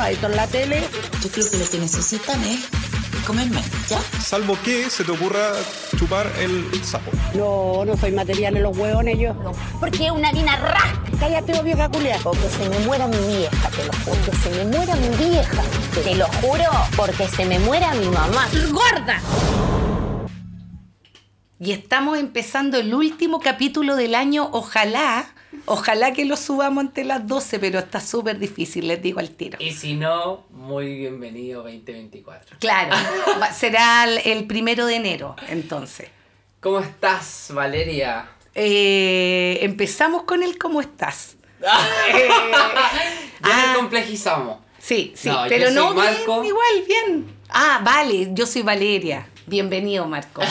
Ahí con la tele. Yo creo que lo que necesitan es comerme, ¿ya? Salvo que se te ocurra chupar el sapo. No, no soy material en los hueones yo. No, porque es una harina rasca. Cállate, obvio, caculia. O que se me muera mi vieja, te lo juro. Que se me muera mi vieja. Te lo juro, porque se me muera mi mamá. ¡Gorda! Y estamos empezando el último capítulo del año, ojalá. Ojalá que lo subamos ante las 12, pero está súper difícil, les digo al tiro. Y si no, muy bienvenido 2024. Claro, va- será el- el primero de enero, entonces. ¿Cómo estás, Valeria? Eh, empezamos con el cómo estás. Ya Ah. nos complejizamos. Sí, sí, No, yo pero soy no, bien, Marco. igual, bien. Ah, vale, yo soy Valeria. Bienvenido, Marco.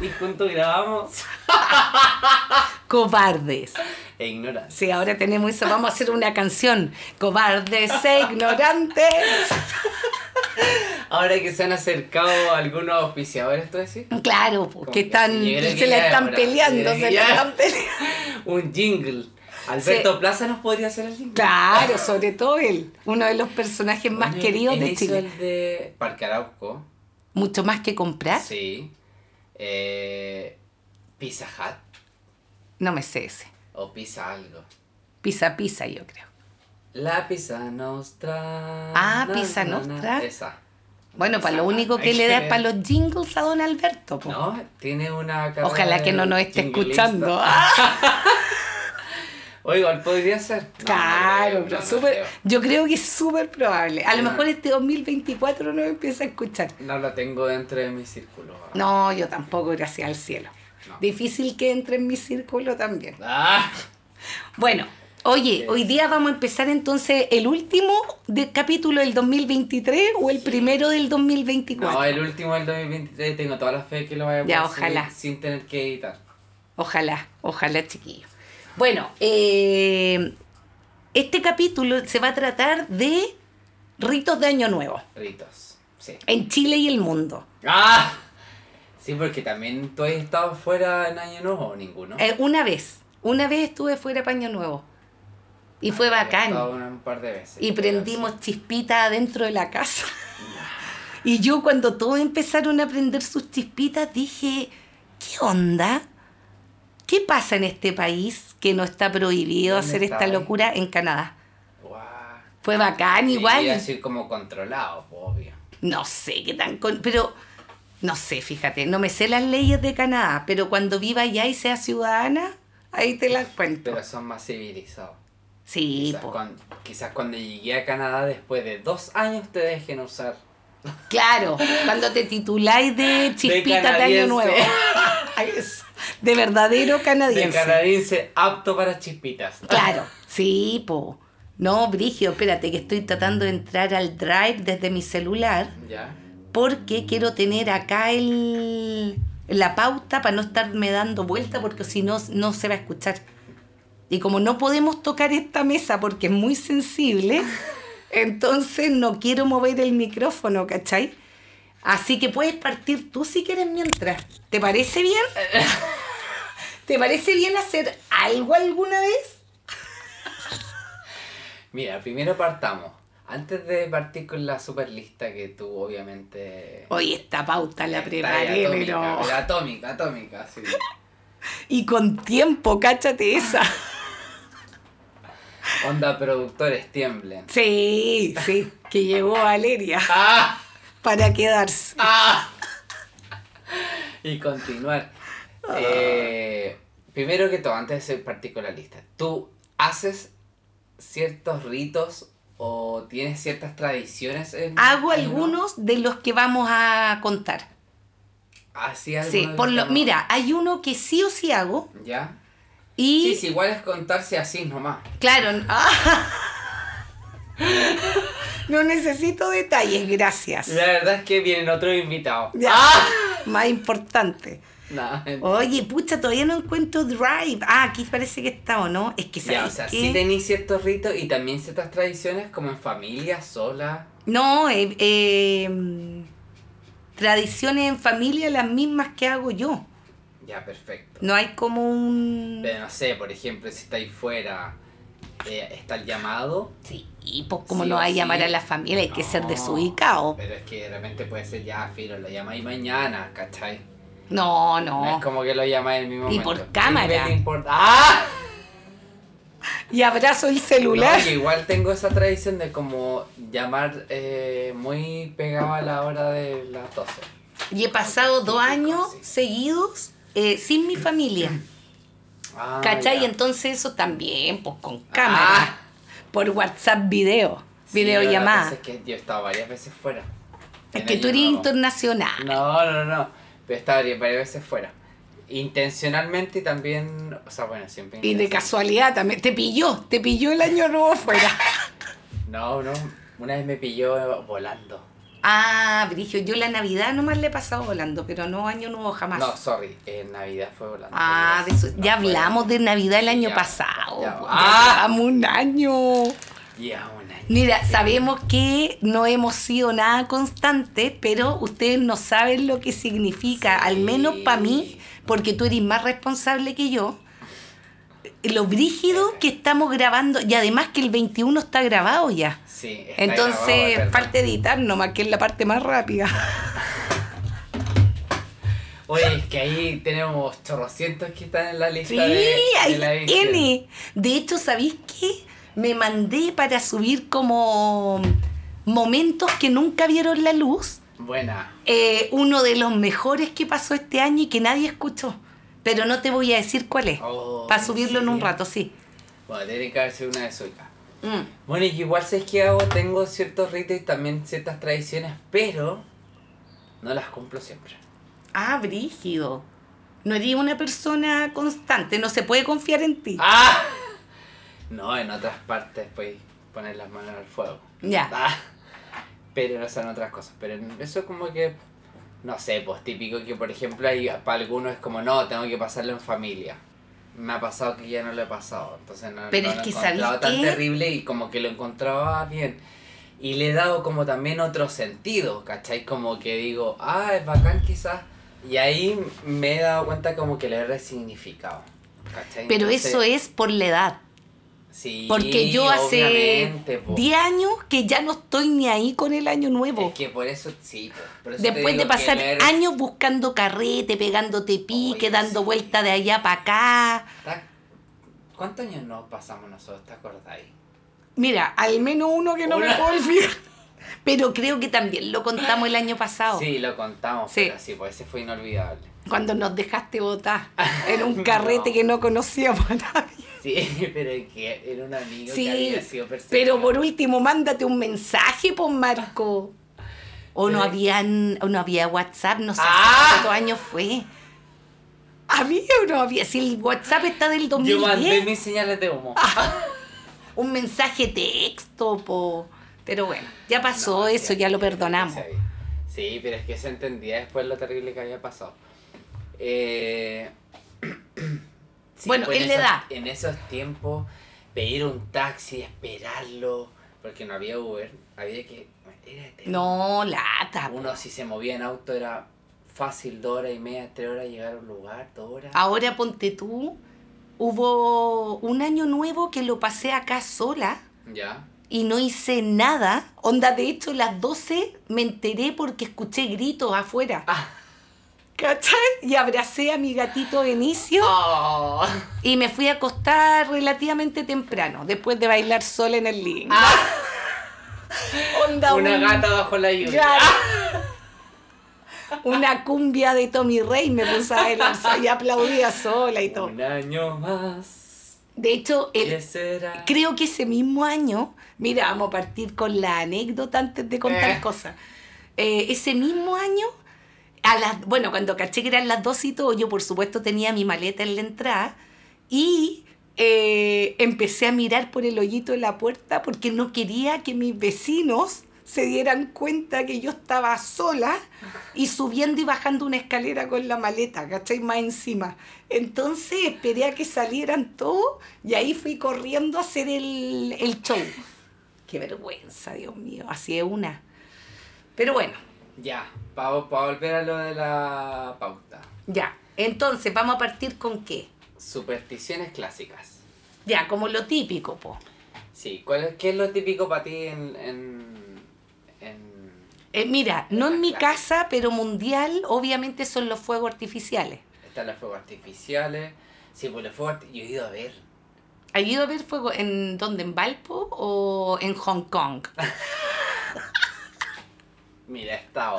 Y juntos grabamos Cobardes. e ignoras. Sí, ahora tenemos eso. Vamos a hacer una canción. Cobardes e ignorantes. Ahora que se han acercado algunos auspiciadores, ¿tú decís? Claro, porque están, Yo creo que se la ya están ahora, peleando, yo creo se la que ya. están peleando. Un jingle. Alberto Plaza nos podría hacer el jingle. Claro, sobre todo él, uno de los personajes más Bueno, queridos él de hizo Chile. el de Parque Arauco. Mucho más que comprar, Sí. Eh, Pizza Hut no me sé ese. o Pizza algo. Pisa, pisa, yo creo. La Pizza Nostra. Ah, Pizza Nostra. Esa. Bueno, para Esa, lo único que hay le da es ver. para los jingles a don Alberto. po. No, tiene una cara Ojalá de que no nos esté jinglista. escuchando. Ah, Oiga, él podría ser. No, no claro, creo, pero no, no súper- creo. yo creo que es súper probable. A lo No. mejor este 2024 no empieza a escuchar. No lo tengo dentro de mi círculo. ah. No, yo tampoco, gracias al cielo. No. Difícil que entre en mi círculo también. Ah, Bueno, oye, hoy día vamos a empezar entonces el último de capítulo del 2023 o el primero del no, eh. 2024. el último del 2023 tengo toda la fe que lo vaya a Ya, poder subir ojalá. sin tener que editar. Ojalá, ojalá, chiquillo. Bueno, eh, este capítulo se va a tratar de ritos de Año Nuevo Ritos. Sí. en Chile y el mundo. ¡Ah! Sí, porque también tú has estado fuera en año nuevo o ninguno. Eh, una vez, una vez estuve fuera para Año Nuevo y fue Yo he estado bacán. una- un par de veces. Y pero sí. prendimos chispitas dentro de la casa. Y yo cuando todos empezaron a prender sus chispitas dije, ¿qué onda? ¿Qué pasa en este país que no está prohibido ¿Dónde hacer esta estaba? locura en Canadá? Guau. Fue bacán Sí, igual. Iba a decir como controlado, po, obvio. No sé qué tan... con- Pero no sé, fíjate, no me sé las leyes de Canadá, pero cuando viva allá y sea ciudadana, ahí te las cuento. Pero son más civilizados. Sí, Quizás, po. cuan- quizás cuando llegué a Canadá después de dos años te dejen usar. Claro, cuando te tituláis de chispita de, canadiense. año nuevo. Ay, es De verdadero De canadiense. canadiense apto para chispitas. Claro, sí, po. No, Brigio, espérate, que estoy tratando de entrar al Drive desde mi celular Ya. porque quiero tener acá el, la pauta para no estarme dando vuelta porque si no, no se va a escuchar. Y como no podemos tocar esta mesa porque es muy sensible, entonces no quiero mover el micrófono, ¿cachai? Así que puedes partir tú si quieres mientras. ¿Te parece bien? ¿Te parece bien hacer algo alguna vez? Mira, primero partamos. Antes de partir con la super lista que tú obviamente... Oye, esta pauta la Está preparé, atómica, pero... pero Atómica, atómica, sí. Y con tiempo, cáchate esa. Onda productores tiemblen. Sí, sí, que llegó Valeria ¡Ah! para quedarse. ¡Ah! Y continuar. Eh, primero que todo, antes de partir con la lista, ¿tú haces ciertos ritos o tienes ciertas tradiciones? En Hago en- algunos de los que vamos a contar. Así Sí, algunos por que lo, no- mira, hay uno que sí o sí hago ¿Ya? y Sí, sí, igual es contarse así nomás. claro, n- no necesito detalles, gracias. La verdad es que vienen otros invitados. Ya, Oh, Más importante. Nah, Oye, pucha, todavía no encuentro Drive. Ah, aquí parece que está o no. Es que ya, o sabes sea, qué? sí tenéis ciertos ritos y también ciertas tradiciones como en familia, sola. No, eh, eh, tradiciones en familia las mismas que hago yo. Ya, perfecto. No hay como un... Pero no sé, por ejemplo, si estáis fuera, eh, está el llamado. Sí, pues como Sí no o hay sí. llamar a la familia, hay que ser No, desubicado. Pero es que de repente puede ser ya, Filo, lo llamáis mañana, ¿cachai? No, No. no. es como que lo llamáis en el mismo Y momento. por cámara. ¿Qué te importa? ¡Ah! Y abrazo el celular. No, que igual tengo esa tradición de como llamar eh, muy pegado a la hora de las 12. Y he pasado dos años Sí. seguidos eh, sin mi familia. Ah, ¿Cachai? ya. Entonces eso también, pues con Ah. cámara. Por WhatsApp video. Sí, Videollamada. la cosa es que yo he estado varias veces fuera. Es En que Año tú eres Nuevo. internacional. No, no, no. Pero he estado varias varias veces fuera. Intencionalmente y también. O sea, bueno, siempre. Y de intencional. casualidad también. Te pilló, te pilló el año nuevo fuera. No, no. Una vez me pilló volando. Ah, Brigio, yo la Navidad nomás le he pasado volando, pero no año nuevo jamás. No, sorry. En Navidad fue volando. Ah, de eso- No ya fue- hablamos de Navidad el año Ya, pasado. ya. po. Ya Ah. llevamos un año. Ya, un año. Mira, sabemos que no hemos sido nada constantes, pero ustedes no saben lo que significa, al menos para mí, porque tú eres más responsable que yo. Lo brígido que estamos grabando, y además que el 21 está grabado ya. Sí. está grabado, es Entonces, verdad. falta editar nomás, que es la parte más rápida. Oye, es que ahí tenemos chorrocientos que están en la lista Sí, de, de hay la edición. N. De hecho, ¿sabéis qué? Me mandé para subir como momentos que nunca vieron la luz. Buena. eh, uno de los mejores que pasó este año y que nadie escuchó. Pero no te voy a decir cuál es. Oh, para subirlo en un sí. rato, sí. Bueno, tiene que haberse una de suica. Mm. Bueno, y igual sé que hago, tengo ciertos ritos y también ciertas tradiciones, pero no las cumplo siempre. Ah, brígido. No eres una persona constante, no se puede confiar en ti. ¡Ah! No, en otras partes pues poner las manos al fuego. Ya. Ah, Pero no son otras cosas. Pero en- eso como que, no sé, pues típico que por ejemplo hay, para algunos es como, no, tengo que pasarlo en familia. Me ha pasado que ya no lo he pasado. Entonces no, Pero no es lo que, he encontrado ¿sabes tan qué? terrible y como que lo encontraba bien. Y le he dado como también otro sentido, ¿cachai? Como que digo, ah, es bacán quizás. Y ahí me he dado cuenta como que le he resignificado. ¿cachai? Pero eso Entonces, es por la edad. sí, Porque yo hace obviamente, po. 10 años que ya no estoy ni ahí con el año nuevo. Es que por eso, sí. po. Por eso te Después digo de que pasar no eres- años buscando carrete, pegándote pique, Oye, dando sí. vuelta de allá para acá. Ta- ¿Cuántos años nos pasamos nosotros? ¿Te acordáis? Mira, al menos uno que no me Hola. puedo olvidar. Pero creo que también lo contamos el año pasado. Sí, lo contamos, Sí. pero sí, pues ese fue inolvidable. Cuando nos dejaste votar en un carrete No. que no conocíamos a nadie. Sí, pero es que era un amigo Sí, que había sido perseguido. Pero por último, mándate un mensaje, pues Marco. O no, Sí. habían, o no había WhatsApp, no sé hace Eh. Ah. cuántos años fue. Había o no había. Si el WhatsApp está del Yo 2010. mandé mis señales de humo. un mensaje texto, po. Pero bueno, ya pasó No, sí, eso, ya lo perdonamos. sí, Sí, pero es que se entendía después lo terrible que había pasado. Eh, sí, Bueno, pues en él le esos- da. En esos tiempos, pedir un taxi, esperarlo, porque no había Uber, había que... Era eterno. No, pues. lata. po. Uno si se movía en auto era fácil, dos horas y media, tres horas llegar a un lugar, dos horas. Ahora ponte tú, hubo un año nuevo que lo pasé acá sola Ya. y no hice nada. Onda, de hecho, las 12 me enteré porque escuché gritos afuera. Ah. ¿Cachai? Y abracé a mi gatito Benicio Ah. Oh. y me fui a acostar relativamente temprano, después de bailar sola en el living. Onda, Ah. Una un- gata bajo la lluvia. Claro. Una cumbia de Tommy Rey me puse a bailar sola y aplaudía sola y todo. Un año más. De hecho, ¿Qué el, será? creo que ese mismo año, mira, vamos a partir con la anécdota antes de contar Eh. cosas. Eh, ese mismo año, a las, bueno, cuando caché que eran las dos y todo, yo por supuesto tenía mi maleta en la entrada y eh, empecé a mirar por el hoyito de la puerta porque no quería que mis vecinos se dieran cuenta que yo estaba sola y subiendo y bajando una escalera con la maleta, ¿cachai? Más encima. Entonces esperé a que salieran todos y ahí fui corriendo a hacer el, el show. Qué vergüenza, Dios mío, así es una. Pero bueno, Ya, para volver a lo de la pauta. ya. Entonces, vamos a partir con qué. Supersticiones clásicas. Ya, como lo típico, po. Sí, ¿cuál es, ¿qué es lo típico para ti en, en, en- Eh, mira, no en mi Claro. casa, pero mundial, obviamente son los fuegos artificiales. Están los fuegos artificiales. Sí, pues los fuegos arti- Yo he ido a ver. ¿Has ido a ver fuego en dónde? ¿En Valpo o en Hong Kong? Mira, he estado.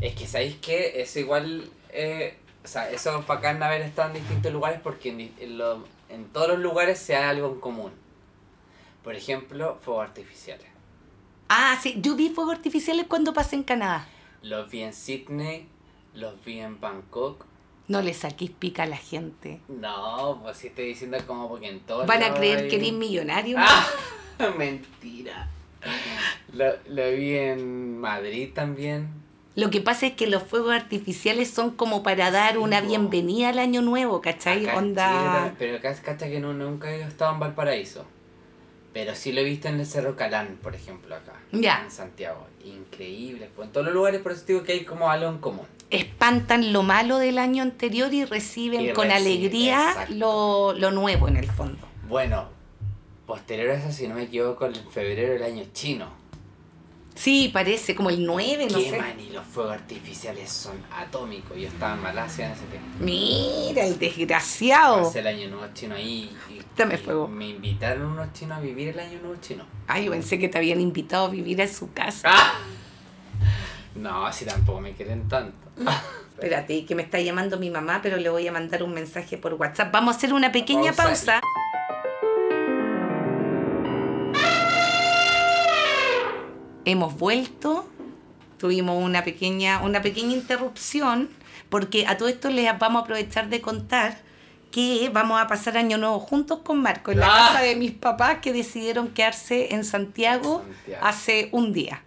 Es que, ¿sabéis qué? Es igual. eh, o sea, eso es bacán de haber estado en distintos lugares porque en, di- en lo- en todos los lugares se da algo en común. Por ejemplo, fuegos artificiales. Ah, sí, yo vi fuegos artificiales cuando pasé en Canadá. Los vi en Sydney, los vi en Bangkok. No le saquís pica a la gente. No, pues sí estoy diciendo como porque en todos Van a lados creer hay- que eres millonario. ¡Ah! Mentira. Lo, lo vi en Madrid también. Lo que pasa es que los fuegos artificiales son como para dar Sí, una po. bienvenida al año nuevo, ¿cachai? Acá en Chile, Onda. pero ca- cacha que no, nunca he estado en Valparaíso. Pero sí lo he visto en el Cerro Calán, por ejemplo, acá. Ya. En Santiago. Increíble. pues, en todos los lugares, por eso digo que hay como algo en común. Espantan lo malo del año anterior y reciben Y con recibe, alegría exacto. lo, lo nuevo en el fondo. Bueno, posterior a eso, si no me equivoco, en febrero del año chino. Sí, parece como el 9, no sé. Queman y los fuegos artificiales son atómicos. Yo estaba en Malasia en ese tiempo. Mira, el desgraciado. Pasé el año nuevo chino ahí y, Dame y Oh. fuego. me invitaron unos chinos a vivir el año nuevo chino. ¡Ah! Ay, yo pensé que te habían invitado a vivir a su casa. No, si tampoco me quieren tanto. Espérate, que me está llamando mi mamá, pero le voy a mandar un mensaje por WhatsApp. Vamos a hacer una pequeña pausa. Pausa. Hemos vuelto. Tuvimos una pequeña, una pequeña interrupción, porque a todo esto les vamos a aprovechar de contar que vamos a pasar año nuevo juntos con Marco en la Ah. casa de mis papás que decidieron quedarse en Santiago, Santiago. hace un día.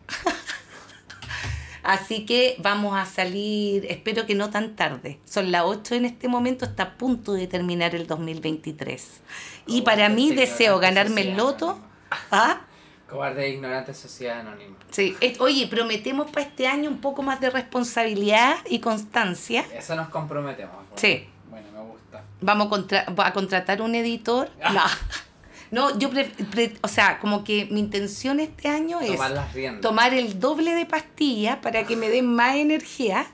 Así que vamos a salir, espero que no tan tarde. Son las 8 en este momento, está a punto de terminar el 2023. Y Oh, para pensé mí que era deseo una ganarme el sociedad loto. anónima. ¿Ah? Cobarde e ignorante sociedad anónima. Sí. Es- Oye, prometemos para este año un poco más de responsabilidad y constancia. Eso nos comprometemos. bueno. Sí. Bueno, me gusta. Vamos a, contra- va a contratar un editor. Ah. No. No, yo, pre- pre- o sea, como que mi intención este año es Tomar las riendas. tomar el doble de pastillas para que me den más energía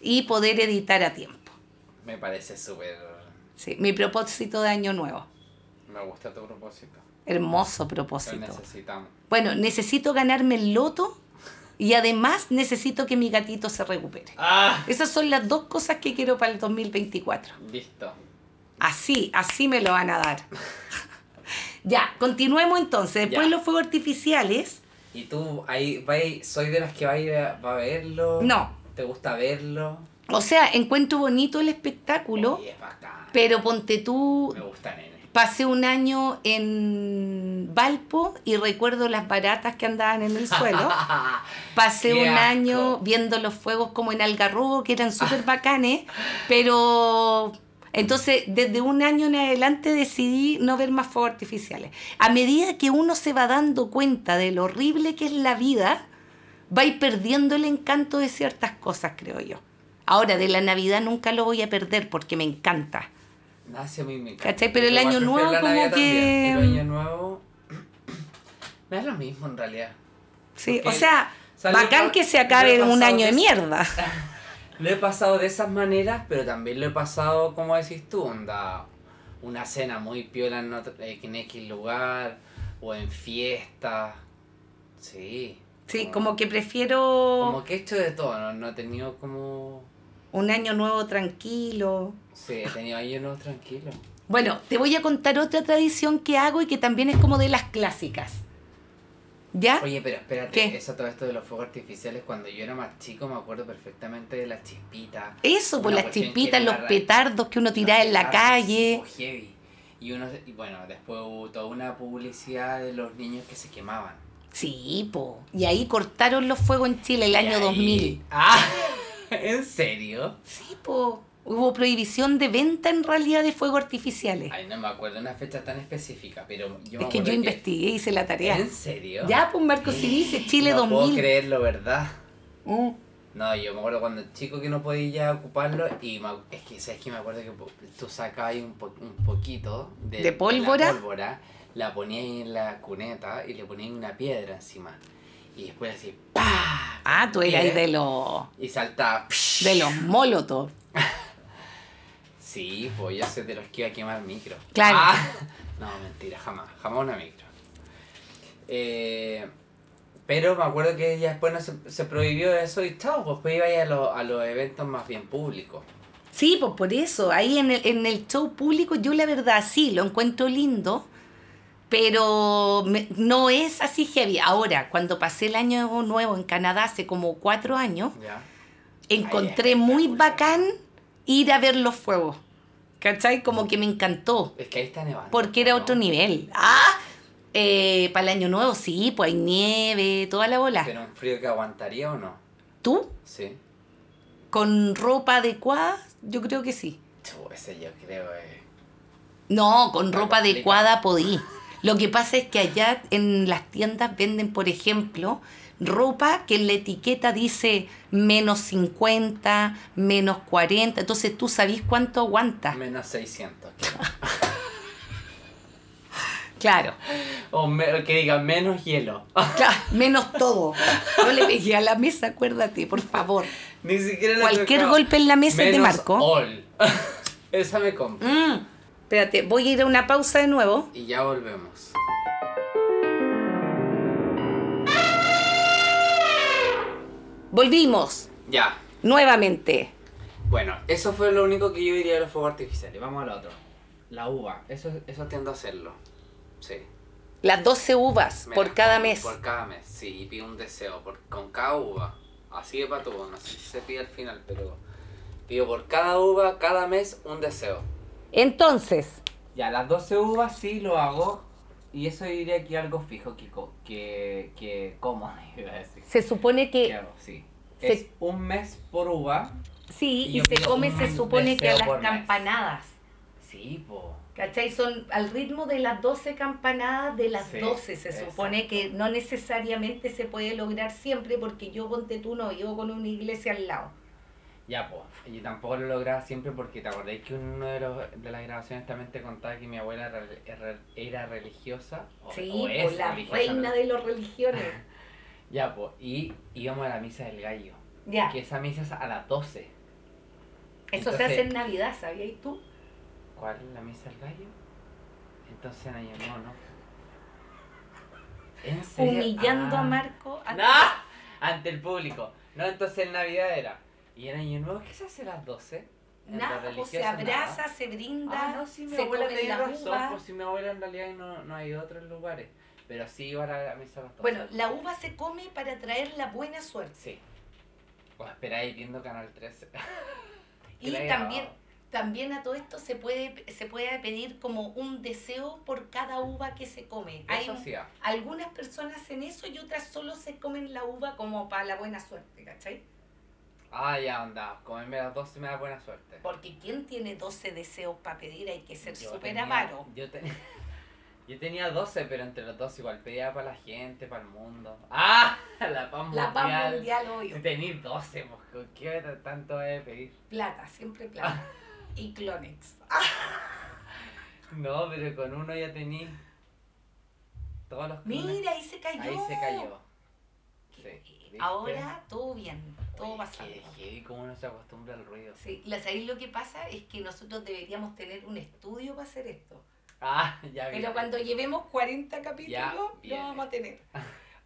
y poder editar a tiempo. Me parece súper. Sí, mi propósito de año nuevo. Me gusta tu propósito. Hermoso Lo propósito. necesitamos. Bueno, necesito ganarme el loto y además necesito que mi gatito se recupere. ¡Ah! Esas son las dos cosas que quiero para el 2024. Listo. Así, así me lo van a dar. ya, continuemos entonces. Después Ya. los fuegos artificiales. ¿Y tú ahí vai- soy de las que va a, ir a, va a verlo? No. ¿Te gusta verlo? O sea, encuentro bonito el espectáculo, Oye, es bacán. pero ponte tú, Oh, Me gusta, nene. pasé un año en Valpo y recuerdo las baratas que andaban en el suelo. Pasé Qué un asco. Ah. año viendo los fuegos como en Algarrobo, que eran súper bacanes, pero entonces desde un año en adelante decidí no ver más fuegos artificiales. A medida que uno se va dando cuenta de lo horrible que es la vida, va a ir perdiendo el encanto de ciertas cosas, creo yo. Ahora, de la Navidad nunca lo voy a perder porque me encanta. Nace muy me encanta. ¿Cachai? Pero el Igual año prefiero nuevo la como Navidad que- también, pero año nuevo. Me da lo mismo en realidad. Sí, o Porque sea, salió bacán pa- que se acabe salió un pasado año de de- mierda. Lo he pasado de esas maneras, pero también lo he pasado, como decís tú, onda. Una cena muy piola en, otro- en X lugar, o en fiesta. Sí. Sí, como que prefiero... Como que he hecho de todo, no, no he tenido como. un año nuevo tranquilo. Sí, he tenido años nuevos tranquilos. Bueno, te voy a contar otra tradición que hago y que también es como de las clásicas. ¿Ya? Oye, pero espérate, Ah. ¿Qué? eso todo esto de los fuegos artificiales, cuando yo era más chico me acuerdo perfectamente de las chispitas. Eso, por una las cuestión que chispitas, era los ra- petardos que uno tiraba en la Ah, calle. sí, heavy. Y uno, y bueno, después hubo toda una publicidad de los niños que se quemaban. Sí, po. Y ahí cortaron los fuegos en Chile el Y año ahí- 2000. Ah, ¿en serio? Sí, po. Hubo prohibición de venta en realidad de fuegos artificiales. Ay, no me acuerdo una fecha tan específica, pero yo me es que acuerdo yo investigué, hice la tarea. ¿En serio? Ya, pues Marco si dice Chile no puedo 2000. creerlo, ¿verdad? Mm. No, yo me acuerdo cuando chico que no podía ya ocuparlo y me ac- es que sabes que me acuerdo que po- tú sacabas ahí un, po- un poquito de, ¿De la pólvora? pólvora, la ponías en la cuneta y le ponías una piedra encima. Y después así, ¡pah! Ah, tú eras Bien. de los, Y saltaba. ¡psh! de los molotov. Sí, pues yo soy de los que iba a quemar micro. Claro. Ah, no, mentira, jamás. Jamás una micro. Eh, pero me acuerdo que ya después no se, se prohibió eso y chao, pues pues iba ahí a, los- a los eventos más bien públicos. Sí, pues por eso, ahí en el, en el show público yo la verdad sí, lo encuentro lindo, pero me- no es así heavy. Ahora, cuando pasé el año nuevo en Canadá hace como cuatro años, ¿ya? encontré Ay, muy espectacular. bacán ir a ver los fuegos. ¿Cachai? Como que me encantó, Es que ahí está nevando. porque era ¿no? otro nivel. Ah, eh, para el año nuevo sí, pues hay nieve, toda la bola. Pero un frío que aguantaría o no. ¿Tú? Sí. ¿Con ropa adecuada? Yo creo que sí. Chu, ese yo creo eh. No, con Está ropa complicado. adecuada podí. Lo que pasa es que allá en las tiendas venden, por ejemplo, ropa que en la etiqueta dice menos 50, menos 40. Entonces tú sabís cuánto aguanta. menos 600. Claro, o me- que diga menos hielo. claro, menos todo. No le pegué a la mesa, acuérdate, por favor. Ni siquiera la Cualquier tocaba. golpe en la mesa es de Menos marco. all. Esa me compro. Mm, espérate, voy a ir a una pausa de nuevo. Y ya volvemos. Volvimos Ya. nuevamente. Bueno, eso fue lo único que yo diría de los fuegos artificiales. Vamos al otro. La uva. Eso, eso tiendo a hacerlo. Sí. Las 12 uvas Me por las cada como, mes. Por cada mes, sí. Y pido un deseo por, con cada uva. Así de para todo. No sé si se pide al final, pero pido por cada uva, cada mes, un deseo. Entonces, Ya, las 12 uvas sí lo hago. Y eso diría que algo fijo que, co- que, que como, iba a decir. se supone Que que hago, sí. se- Es un mes por uva. Sí, Y y, yo se pido come, un se supone que a deseo las por mes. campanadas. Sí, po. ¿Cachai? Son al ritmo de las 12 campanadas, de las Sí, 12 se supone exacto. que no necesariamente se puede lograr siempre porque yo ponte tú no vivo con una iglesia al lado. Ya, po. Yo tampoco lo lograba siempre porque te acordáis que uno de, los, de las grabaciones también te contaba que mi abuela era, era- era religiosa. O, sí, o por es la religiosa, Ah, reina no- de las religiones. Ya, po. Y íbamos a la misa del gallo. Ya, Que esa misa es a las 12. eso se entonces- hace en Navidad, ¿sabías tú? ¿Cuál es la misa del gallo? Entonces en año no, ¿no? ¿En serio? Humillando a Ah. Marco. a- ¡No! Ante el público. No, entonces en Navidad era. Y en Año Nuevo, ¿qué se hace a las 12? En Nada, lo pues, se religioso, abraza, nada. se brinda, Ah, no, sí, mi se abuela comen tenía la razón. uva. Por si mi abuela en realidad no, no ha ido a otros lugares. Pero sí iba a la misa a las 12. Bueno, la uva se come para traer la buena suerte. Sí. O esperáis viendo Canal 13. Y Era también, grabado. también a todo esto se puede, se puede pedir como un deseo por cada uva que se come. Hay Eso un- sí, ah. algunas personas hacen eso y otras solo se comen la uva como para la buena suerte, ¿cachai? Ah, ya, onda. Comerme a las 12 me da buena suerte. Porque ¿quién tiene 12 deseos para pedir? Hay que ser Yo súper tenía- avaro. Yo, ten- yo tenía 12, pero entre los dos igual pedía para la gente, para el mundo. ¡Ah! La paz mundial. La paz mundial, obvio. Si tenís 12, pues, ¿con ¿qué tanto voy a pedir? Plata, siempre plata. Y clonex. No, pero con uno ya tení todos los clones. Mira, ahí se cayó. Ahí se cayó. Sí, ¿viste? Ahora todo bien, todo Oye, pasando. qué heavy cómo uno se acostumbra al ruido. Sí, la- ahí lo que pasa es que nosotros deberíamos tener un estudio para hacer esto. Ah, ya vi. Pero cuando llevemos 40 Ya, capítulos, lo viene. vamos a tener.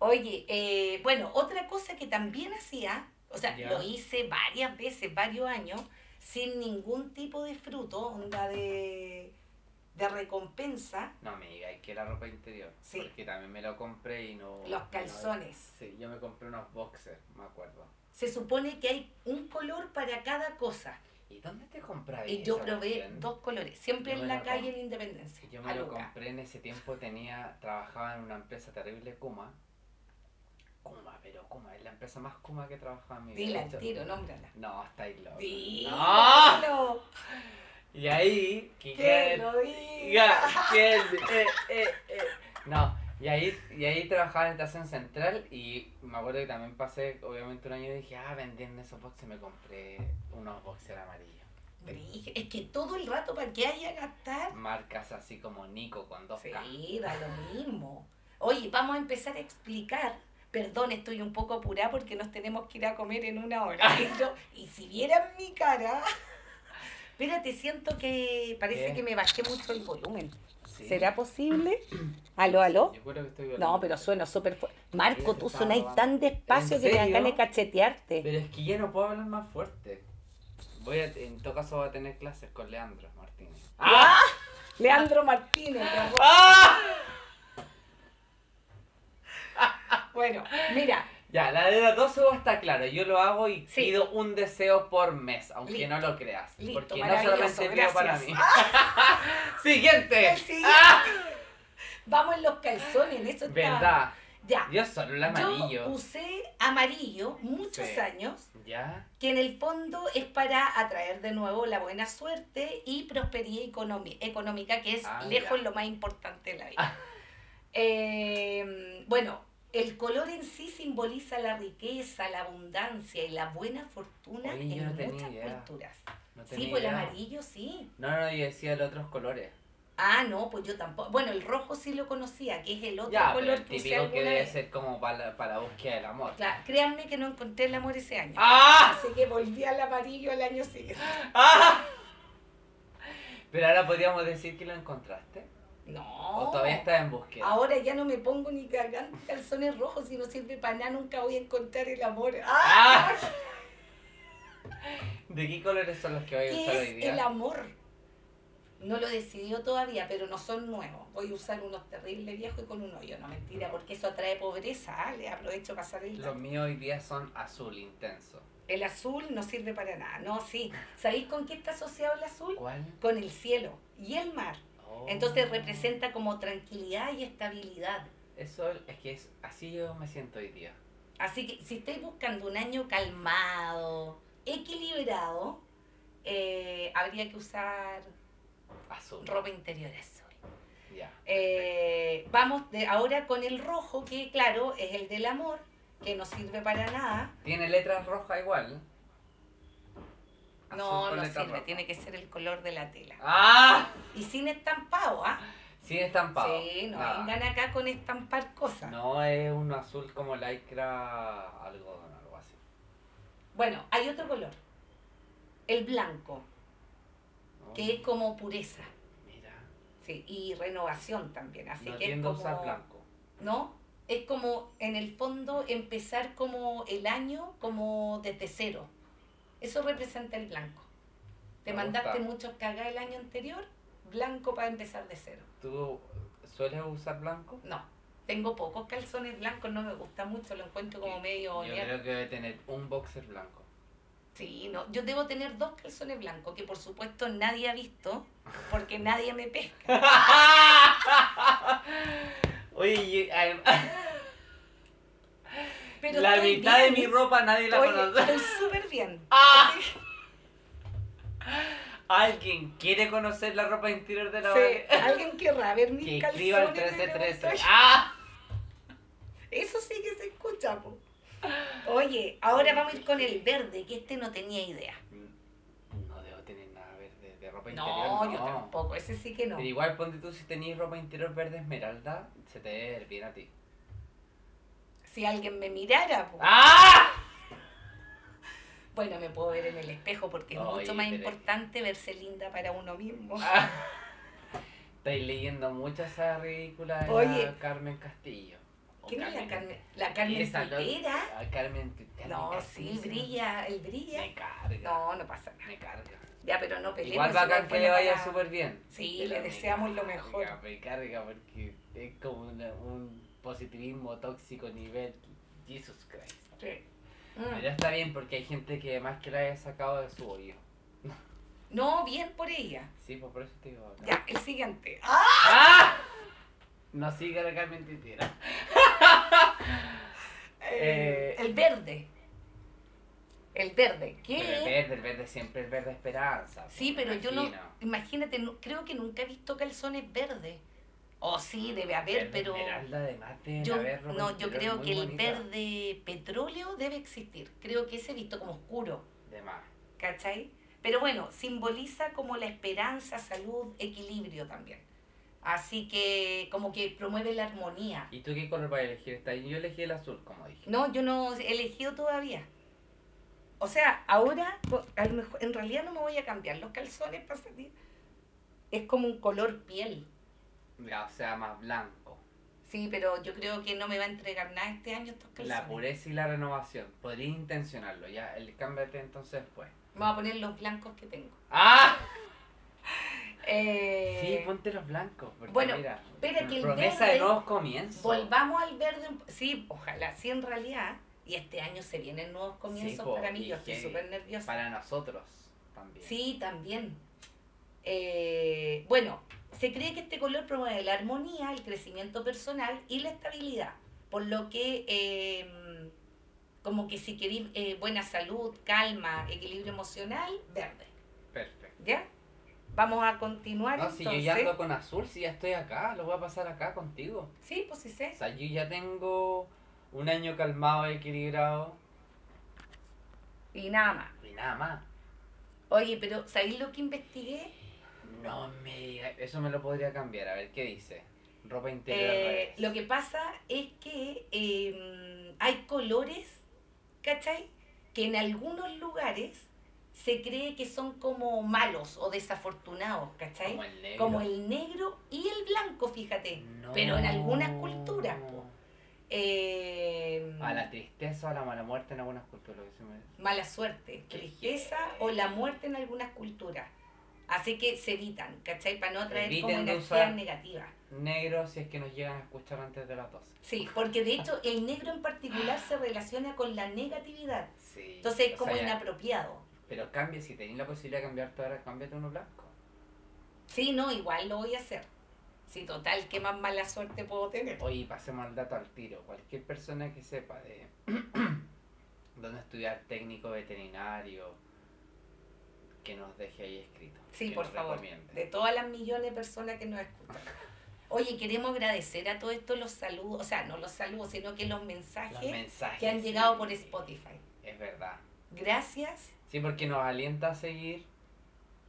Oye, eh, bueno, otra cosa que también hacía, o sea, Ya. lo hice varias veces, varios años, sin ningún tipo de fruto, onda de, de recompensa, No me digáis que la ropa interior. Sí. Porque también me lo compré y no. los no- calzones. sí, yo me compré unos boxers, me acuerdo. Se supone que hay un color para cada cosa. ¿Y dónde te comprabas? Y yo esa probé cuestión? dos colores, siempre Yo me en la lo calle comp- en Independencia. Yo a me lo Luca. compré en ese tiempo, tenía, trabajaba en una empresa terrible, Kuma. Kuma, pero Kuma, es la empresa más Kuma que trabajaba en mi vida. Dila al De hecho- tiro, nómbrala. No, estáis locos. No. Dilo. Y ahí, que Que lo Ya, diga. que- eh, eh, eh. No, y ahí, y ahí trabajaba en Estación Central y me acuerdo que también pasé, obviamente, un año y dije, ah, vendiendo esos boxes, me compré unos boxers amarillos. Brígido. Es que todo el rato para que haya gastar. Marcas así como Nico con dos K. Sí, da lo mismo. Oye, vamos a empezar a explicar. Perdón, estoy un poco apurada porque nos tenemos que ir a comer en una hora. Pero- y si vieran mi cara. Espérate, siento que parece ¿Qué? que me bajé mucho el volumen. Sí. ¿Será posible? ¿Aló, aló? Yo creo que estoy violando. No, pero suena súper fuerte. Marco, Sí, tú está sonáis robando. tan despacio ¿En que me dan serio? ganas de cachetearte. Pero es que ya no puedo hablar más fuerte. Voy a, en todo caso voy a tener clases con Leandro Martínez. ¡Ah! Leandro Martínez. la- ¡Ah! Bueno, mira, Ya, la de los dos ojos está claro. Yo lo hago y Sí. pido un deseo por mes, aunque Listo. no lo creas. Listo, porque no maravilloso, solamente pido para mí. gracias. Siguiente. Sí. Ah, vamos en los calzones, en eso está. ¿Verdad? Ya. Yo solo el amarillo. Yo usé amarillo muchos Sí. años, ¿Ya? que en el fondo es para atraer de nuevo la buena suerte y prosperidad economi- económica, que es Ah, lejos ya. Ah. lo más importante de la vida. Eh, bueno, el color en sí simboliza la riqueza, la abundancia y la buena fortuna Oye, yo en no tenía muchas idea. culturas. No tenía Sí, pues el idea. amarillo sí. No, no, yo decía los otros colores. Ah, no, pues yo tampoco. Bueno, el rojo sí lo conocía, que es el otro ya, pero color el que usé típico que alguna debe vez. ser como para la, para la búsqueda del amor. Claro, créanme que no encontré el amor ese año. ¡Ah! Así que volví al amarillo el año siguiente. ¡Ah! Pero ahora podríamos decir que lo encontraste. No. O todavía estás en búsqueda. Ahora ya no me pongo ni cagando calzones rojos, si no sirve para nada, nunca voy a encontrar el amor. ¡Ah! ¡Ah! ¿De qué colores son los que voy a usar hoy ¿Qué es día? el amor? No lo decidió todavía, pero no son nuevos. Voy a usar unos terribles viejos y con un hoyo, no mentira, porque eso atrae pobreza. Ah, Le aprovecho para pasar el Los dato. míos hoy día son azul intenso. El azul no sirve para nada. No, sí. ¿Sabéis con qué está asociado el azul? ¿Cuál? Con el cielo y el mar. Oh. Entonces representa como tranquilidad y estabilidad. Eso es que es así yo me siento hoy día. Así que si estáis buscando un año calmado, equilibrado, eh, habría que usar Azul. ropa interior azul. Ya. Eh, vamos de ahora con el rojo, que claro, es el del amor, que no sirve para nada. Tiene letras rojas igual. Azul No, no con letras sirve, rojas. tiene que ser el color de la tela. ¡Ah! Y sin estampado, ¿ah? Sí, estampado. Sí, no Nada. vengan acá con estampar cosas. No es un azul como lycra algodón, algo así. Bueno, hay otro color, el blanco, ¿no? que es como pureza. Mira, Sí, y renovación también. Así no que es tiendo a como, usar blanco. ¿no? Es como, en el fondo, empezar como el año, como desde cero. Eso representa el blanco. Te Me mandaste gusta. muchos cagadas el año anterior, blanco para empezar de cero. ¿Tú sueles usar blanco? No, tengo pocos calzones blancos, no me gusta mucho, lo encuentro como medio... Yo ñer- creo que debe tener un boxer blanco. Sí, no, yo debo tener dos calzones blancos, que por supuesto nadie ha visto, porque nadie me pesca. Oye, y- ay, Pero la estoy mitad de mi bien. ropa nadie la Oye, conoce. estoy súper bien. ¡Ah! ¿Alguien quiere conocer la ropa interior de la Vale? Sí, alguien querrá ver mis Que escriba calzones. el 1313. me gusta. ¡Ah! Eso sí que se escucha, po. Oye, ahora vamos a ir con el verde, que este no tenía idea. No debo tener nada verde de ropa interior. No, yo tampoco, ese sí que no. Pero igual ponte tú si tenéis ropa interior verde esmeralda, se te ve el bien a ti. Si alguien me mirara, po. ¡Ah! Bueno, me puedo ver en el espejo porque es Oye, mucho más pero- importante verse linda para uno mismo. Ah. Estáis leyendo mucho esa ridícula de la Oye. Carmen Castillo. O ¿Quién es la Carmen? ¿La Carmen Esa, ¿no? Pitera? Ah, Carmen Pitera. No, sí, brilla, él brilla. Me carga. No, no pasa nada. Me carga. Ya, pero no peleemos. Igual bacán igual que le vaya para- súper bien. Sí, Pero le me deseamos lo carga, mejor. Me carga porque es como una- un positivismo tóxico nivel Jesus Christ. Sí. Mm. Pero está bien porque hay gente que más que la haya sacado de su hoyo. No, bien por ella. Sí, pues por eso te digo bacán. Ya, el siguiente. ¡Ah! No siga la Carmen Pitera. Eh, el verde. El verde. ¿Qué? Pero el verde, el verde siempre el verde esperanza. sí, pues, pero me yo no. imagino. Imagínate, no- creo que nunca he visto calzones verdes. Oh, sí, debe haber, Ah, Verde pero. Esmeralda, además de Yo, haber ropa no, yo interior creo muy que el bonita. verde petróleo debe existir. Creo que ese he visto como oscuro. De más. ¿Cachai? Pero bueno, simboliza como la esperanza, salud, equilibrio también. Así que como que promueve la armonía. ¿Y tú qué color vas a elegir esta? Yo elegí el azul, como dije. No, yo no he elegido todavía. O sea, ahora, po- a lo mejor, en realidad no me voy a cambiar los calzones para salir. Es como un color piel. Ya, o sea, más blanco. Sí, pero yo creo que no me va a entregar nada este año estos calzones. La pureza y la renovación. Podría intencionarlo, ya. El, cámbiate entonces después. Me voy a poner los blancos que tengo. ¡Ah! Eh, Sí, pues, ponte los blancos. Porque bueno, mira, espera que el promesa de verde- nuevos comienzos. Volvamos al verde. un po- Sí, ojalá, sí, en realidad. Y este año se vienen nuevos comienzos Sí, po, para mí. y Yo estoy que- súper nerviosa. Para nosotros también. Sí, también. Eh, bueno, se cree que este color promueve la armonía, el crecimiento personal y la estabilidad. Por lo que, eh, como que si queréis eh, buena salud, calma, equilibrio emocional, verde. Perfecto. ¿Ya? Vamos a continuar No, si entonces. Ah, yo ya ando con azul, si ya estoy acá, lo voy a pasar acá contigo. Sí, pues sí sé. O sea, yo ya tengo un año calmado, equilibrado Y nada más. y nada más. Oye, pero ¿sabéis lo que investigué? No me diga, eso me lo podría cambiar, a ver qué dice. Ropa interior al Eh, revés. lo que pasa es que eh, hay colores, ¿cachai? Que en algunos lugares se cree que son como malos o desafortunados, ¿cachai? Como el negro. Como el negro y el blanco, fíjate. No. Pero en algunas culturas, po. Eh, A la tristeza o a la mala muerte en algunas culturas. que se me- mala suerte, Qué tristeza heavy. o la muerte en algunas culturas. Así que se evitan, ¿cachai? Para no atraer como Eviten de energías usar- negativas. Negro si es que nos llegan a escuchar antes de las 12. Sí, porque de hecho el negro en particular se relaciona con la negatividad. Sí. Entonces es o como sea, ya- inapropiado. Pero cambia, si tenéis la posibilidad de cambiarte ahora, cámbiate uno blanco. Sí, no, igual lo voy a hacer. Sí, total, qué más mala suerte puedo tener. Oye, pasemos al dato al tiro. Cualquier persona que sepa de dónde estudiar técnico veterinario, que nos deje ahí escrito. Sí, que por nos favor. recomiende. De todas las millones de personas que nos escuchan. Oye, queremos agradecer a todo esto los saludos, o sea, no los saludos, sino que los mensajes Los mensajes. que han llegado sí. por Spotify. Es verdad. Gracias. Sí, porque nos alienta a seguir.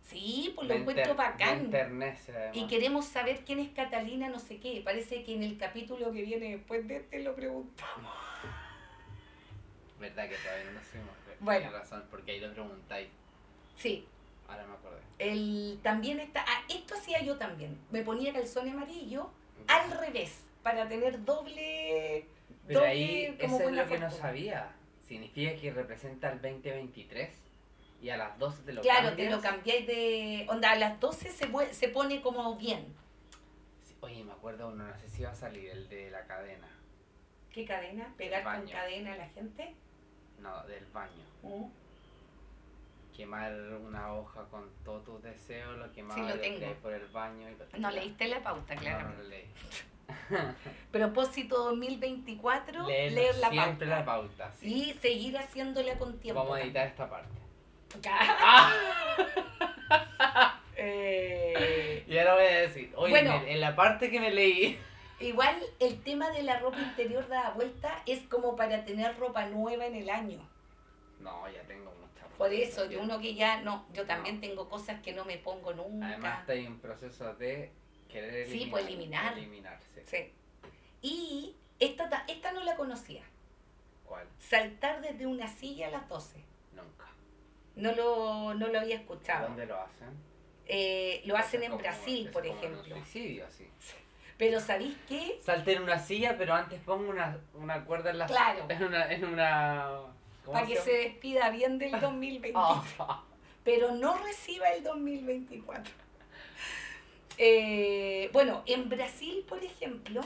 Sí, pues lo Me encuentro enter- me bacán. enternece, además. Y queremos saber quién es Catalina, no sé qué. Parece que en el capítulo que viene después de este lo preguntamos. Verdad que todavía no nos fuimos. pero Bueno. tenés razón, porque ahí lo preguntáis. Sí, Ahora me acordé. el, también está. Ah, esto hacía yo también. Me ponía calzón amarillo al revés para tener doble. Pero doble ahí eso es buena lo que no fortuna. sabía. Significa que representa el 2023 y a las 12 te lo Claro, cambias. te lo cambiáis de. Onda, a las 12 se, pue- se pone como bien. Sí, Oye, me acuerdo uno, no sé si va a salir el de la cadena. ¿Qué cadena? ¿Pegar El con baño. cadena a la gente? No, del baño. Mm. Quemar una hoja con todos tus deseos, lo quemaba Sí, lo y tengo. tiré por el baño. Y lo No tiraba. leíste la pauta, No, claro. no lo leí. Propósito 2024, Leer, leer, la siempre pauta. la pauta. Sí. Y seguir haciéndola con tiempo. Vamos a editar esta parte. Eh, Y ahora voy a decir, oye, Bueno. en, el- en la parte que me leí. igual el tema de la ropa interior dada vuelta es como para tener ropa nueva en el año. No, ya tengo mucha ropa. Por eso, Yo- yo uno que ya no, yo también No. tengo cosas que no me pongo nunca. Además, está en proceso de querer eliminar. Sí, pues, eliminar. Eliminarse. Sí. Y esta, ta- esta no la conocía. ¿Cuál? Saltar desde una silla a las 12. Nunca. No lo, no lo había escuchado. ¿Dónde lo hacen? Eh, lo hacen Es en como- Brasil, es por como ejemplo. Un suicidio, así. Pero ¿sabéis qué? Salte en una silla, pero antes pongo una, una cuerda en la Claro. En una. En una ¿cómo Para que se llama? despida bien del 2023. Ah, pero no reciba el 2024. Eh, bueno, en Brasil, por ejemplo,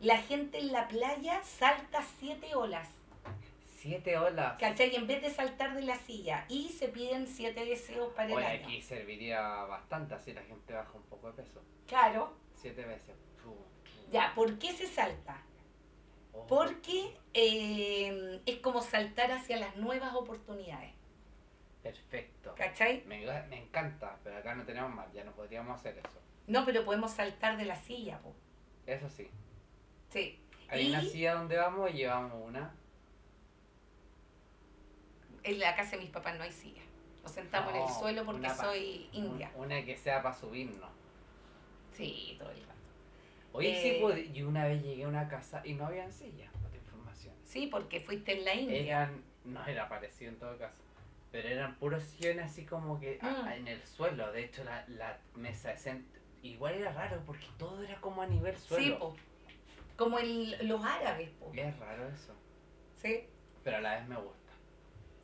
la gente en la playa salta siete olas, siete olas. ¿cachai? En vez de saltar de la silla y se piden siete deseos para el Oye, año. aquí serviría bastante así la gente baja un poco de peso. Claro, Siete veces. Pum, pum. ya, ¿por qué se salta? Oh, Porque eh, es como saltar hacia las nuevas oportunidades, Perfecto. ¿cachai? Me, enga- me encanta, pero acá no tenemos más, ya no podríamos hacer eso. No, pero podemos saltar de la silla, po. Eso sí. Sí. Hay Y- una silla donde vamos y llevamos una. En la casa de mis papás no hay silla. Nos sentamos en el No, suelo porque una pa- soy india. un- Una que sea para subirnos. Sí, todo el rato. Oye, Eh. sí, pues, yo una vez llegué a una casa y no habían sillas, otra información. Sí, porque fuiste en la India. Eran, no era parecido en todo caso, pero eran puros sillones así como que a- Mm. a- en el suelo. De hecho, la, la mesa de centro, igual era raro porque todo era como a nivel Sí, suelo. po. Como el- los árabes, po. es raro eso, Sí. pero a la vez me gusta.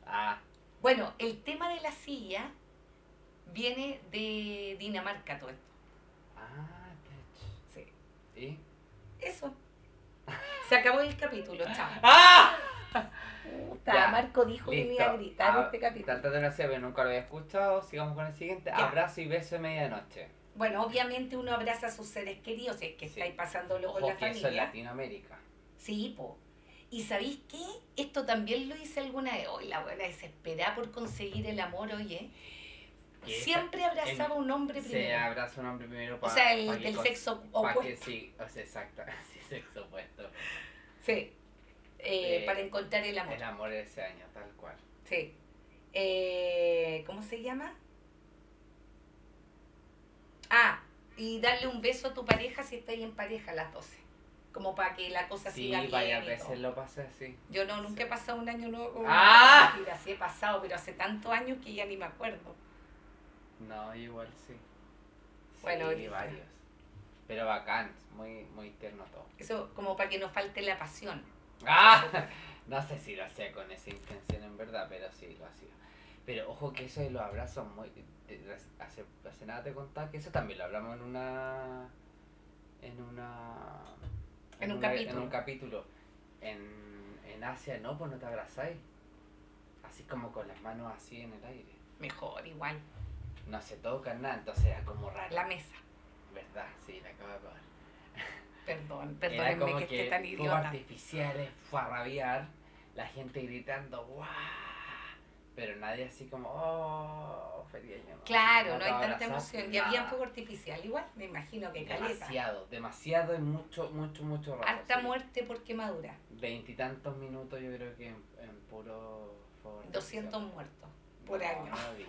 Ah, Bueno, el tema de la silla viene de Dinamarca todo esto. ah, qué Sí. ch- ¿Y? Eso. Se acabó el capítulo, chao. ¡Ah! Puta, Ya, Marco dijo que me iba a Listo. gritar Ah, este capítulo. Tanta gracia, pero nunca lo había escuchado. Sigamos con el siguiente. Ya. Abrazo y beso de medianoche. Bueno, obviamente uno abraza a sus seres queridos si es que Sí. estáis pasándolo con Ojo la que eso en familia. Latinoamérica. Sí, po. ¿Y sabéis qué? Esto también lo hice alguna vez. Hoy la buena desesperada por conseguir el amor, oye. Que esa- Siempre abrazaba a un hombre Se primero. abraza un hombre primero O para. sea, el del sexo Para opuesto. que sí, o sea, exacto. Sí, sexo opuesto. Sí. Eh, Eh, para encontrar el amor. El amor de ese año, tal cual. Sí. Eh, ¿Cómo se llama? Ah, y darle un beso a tu pareja si estáis en pareja a las 12. Como para que la cosa Sí, siga bien. varias y todo. veces lo pasé así. Yo no, nunca he pasado un año nuevo. una- ¡Ah! Mentira, sí he pasado, pero hace tantos años que ya ni me acuerdo. No, igual sí. Bueno, sí, origen. varios. Pero bacán, muy, muy tierno todo. Eso como para que no falte la pasión. ¡Ah! No sé si lo hacía con esa intención en verdad, pero sí lo hacía. Pero ojo que eso de los abrazos, muy, te- hace, hace nada te contaba que eso también lo hablamos en una. en una. En un una- capítulo. En un capítulo. En, en Asia no, pues no te abrazáis. Así como con las manos así en el aire. Mejor, igual. No se tocan nada, entonces era como raro. La mesa. ¿Verdad? Sí, la acabo de acabar. Perdón, Era como perdónenme que, esté tan fuegos idiota. artificiales, fue a rabiar, la gente gritando, ¡guau! Pero nadie así como, ¡oh! Feliz año nuevo". Claro, Así no como hay tanta abrazar, emoción. Y nada. había un fuego artificial igual, me imagino que caleta. Demasiado, demasiado y mucho, mucho, mucho rato. Harta sí. muerte por quemadura. Veintitantos minutos yo creo que en, en puro... fuego 200 artificial. muertos por No, año. No vi,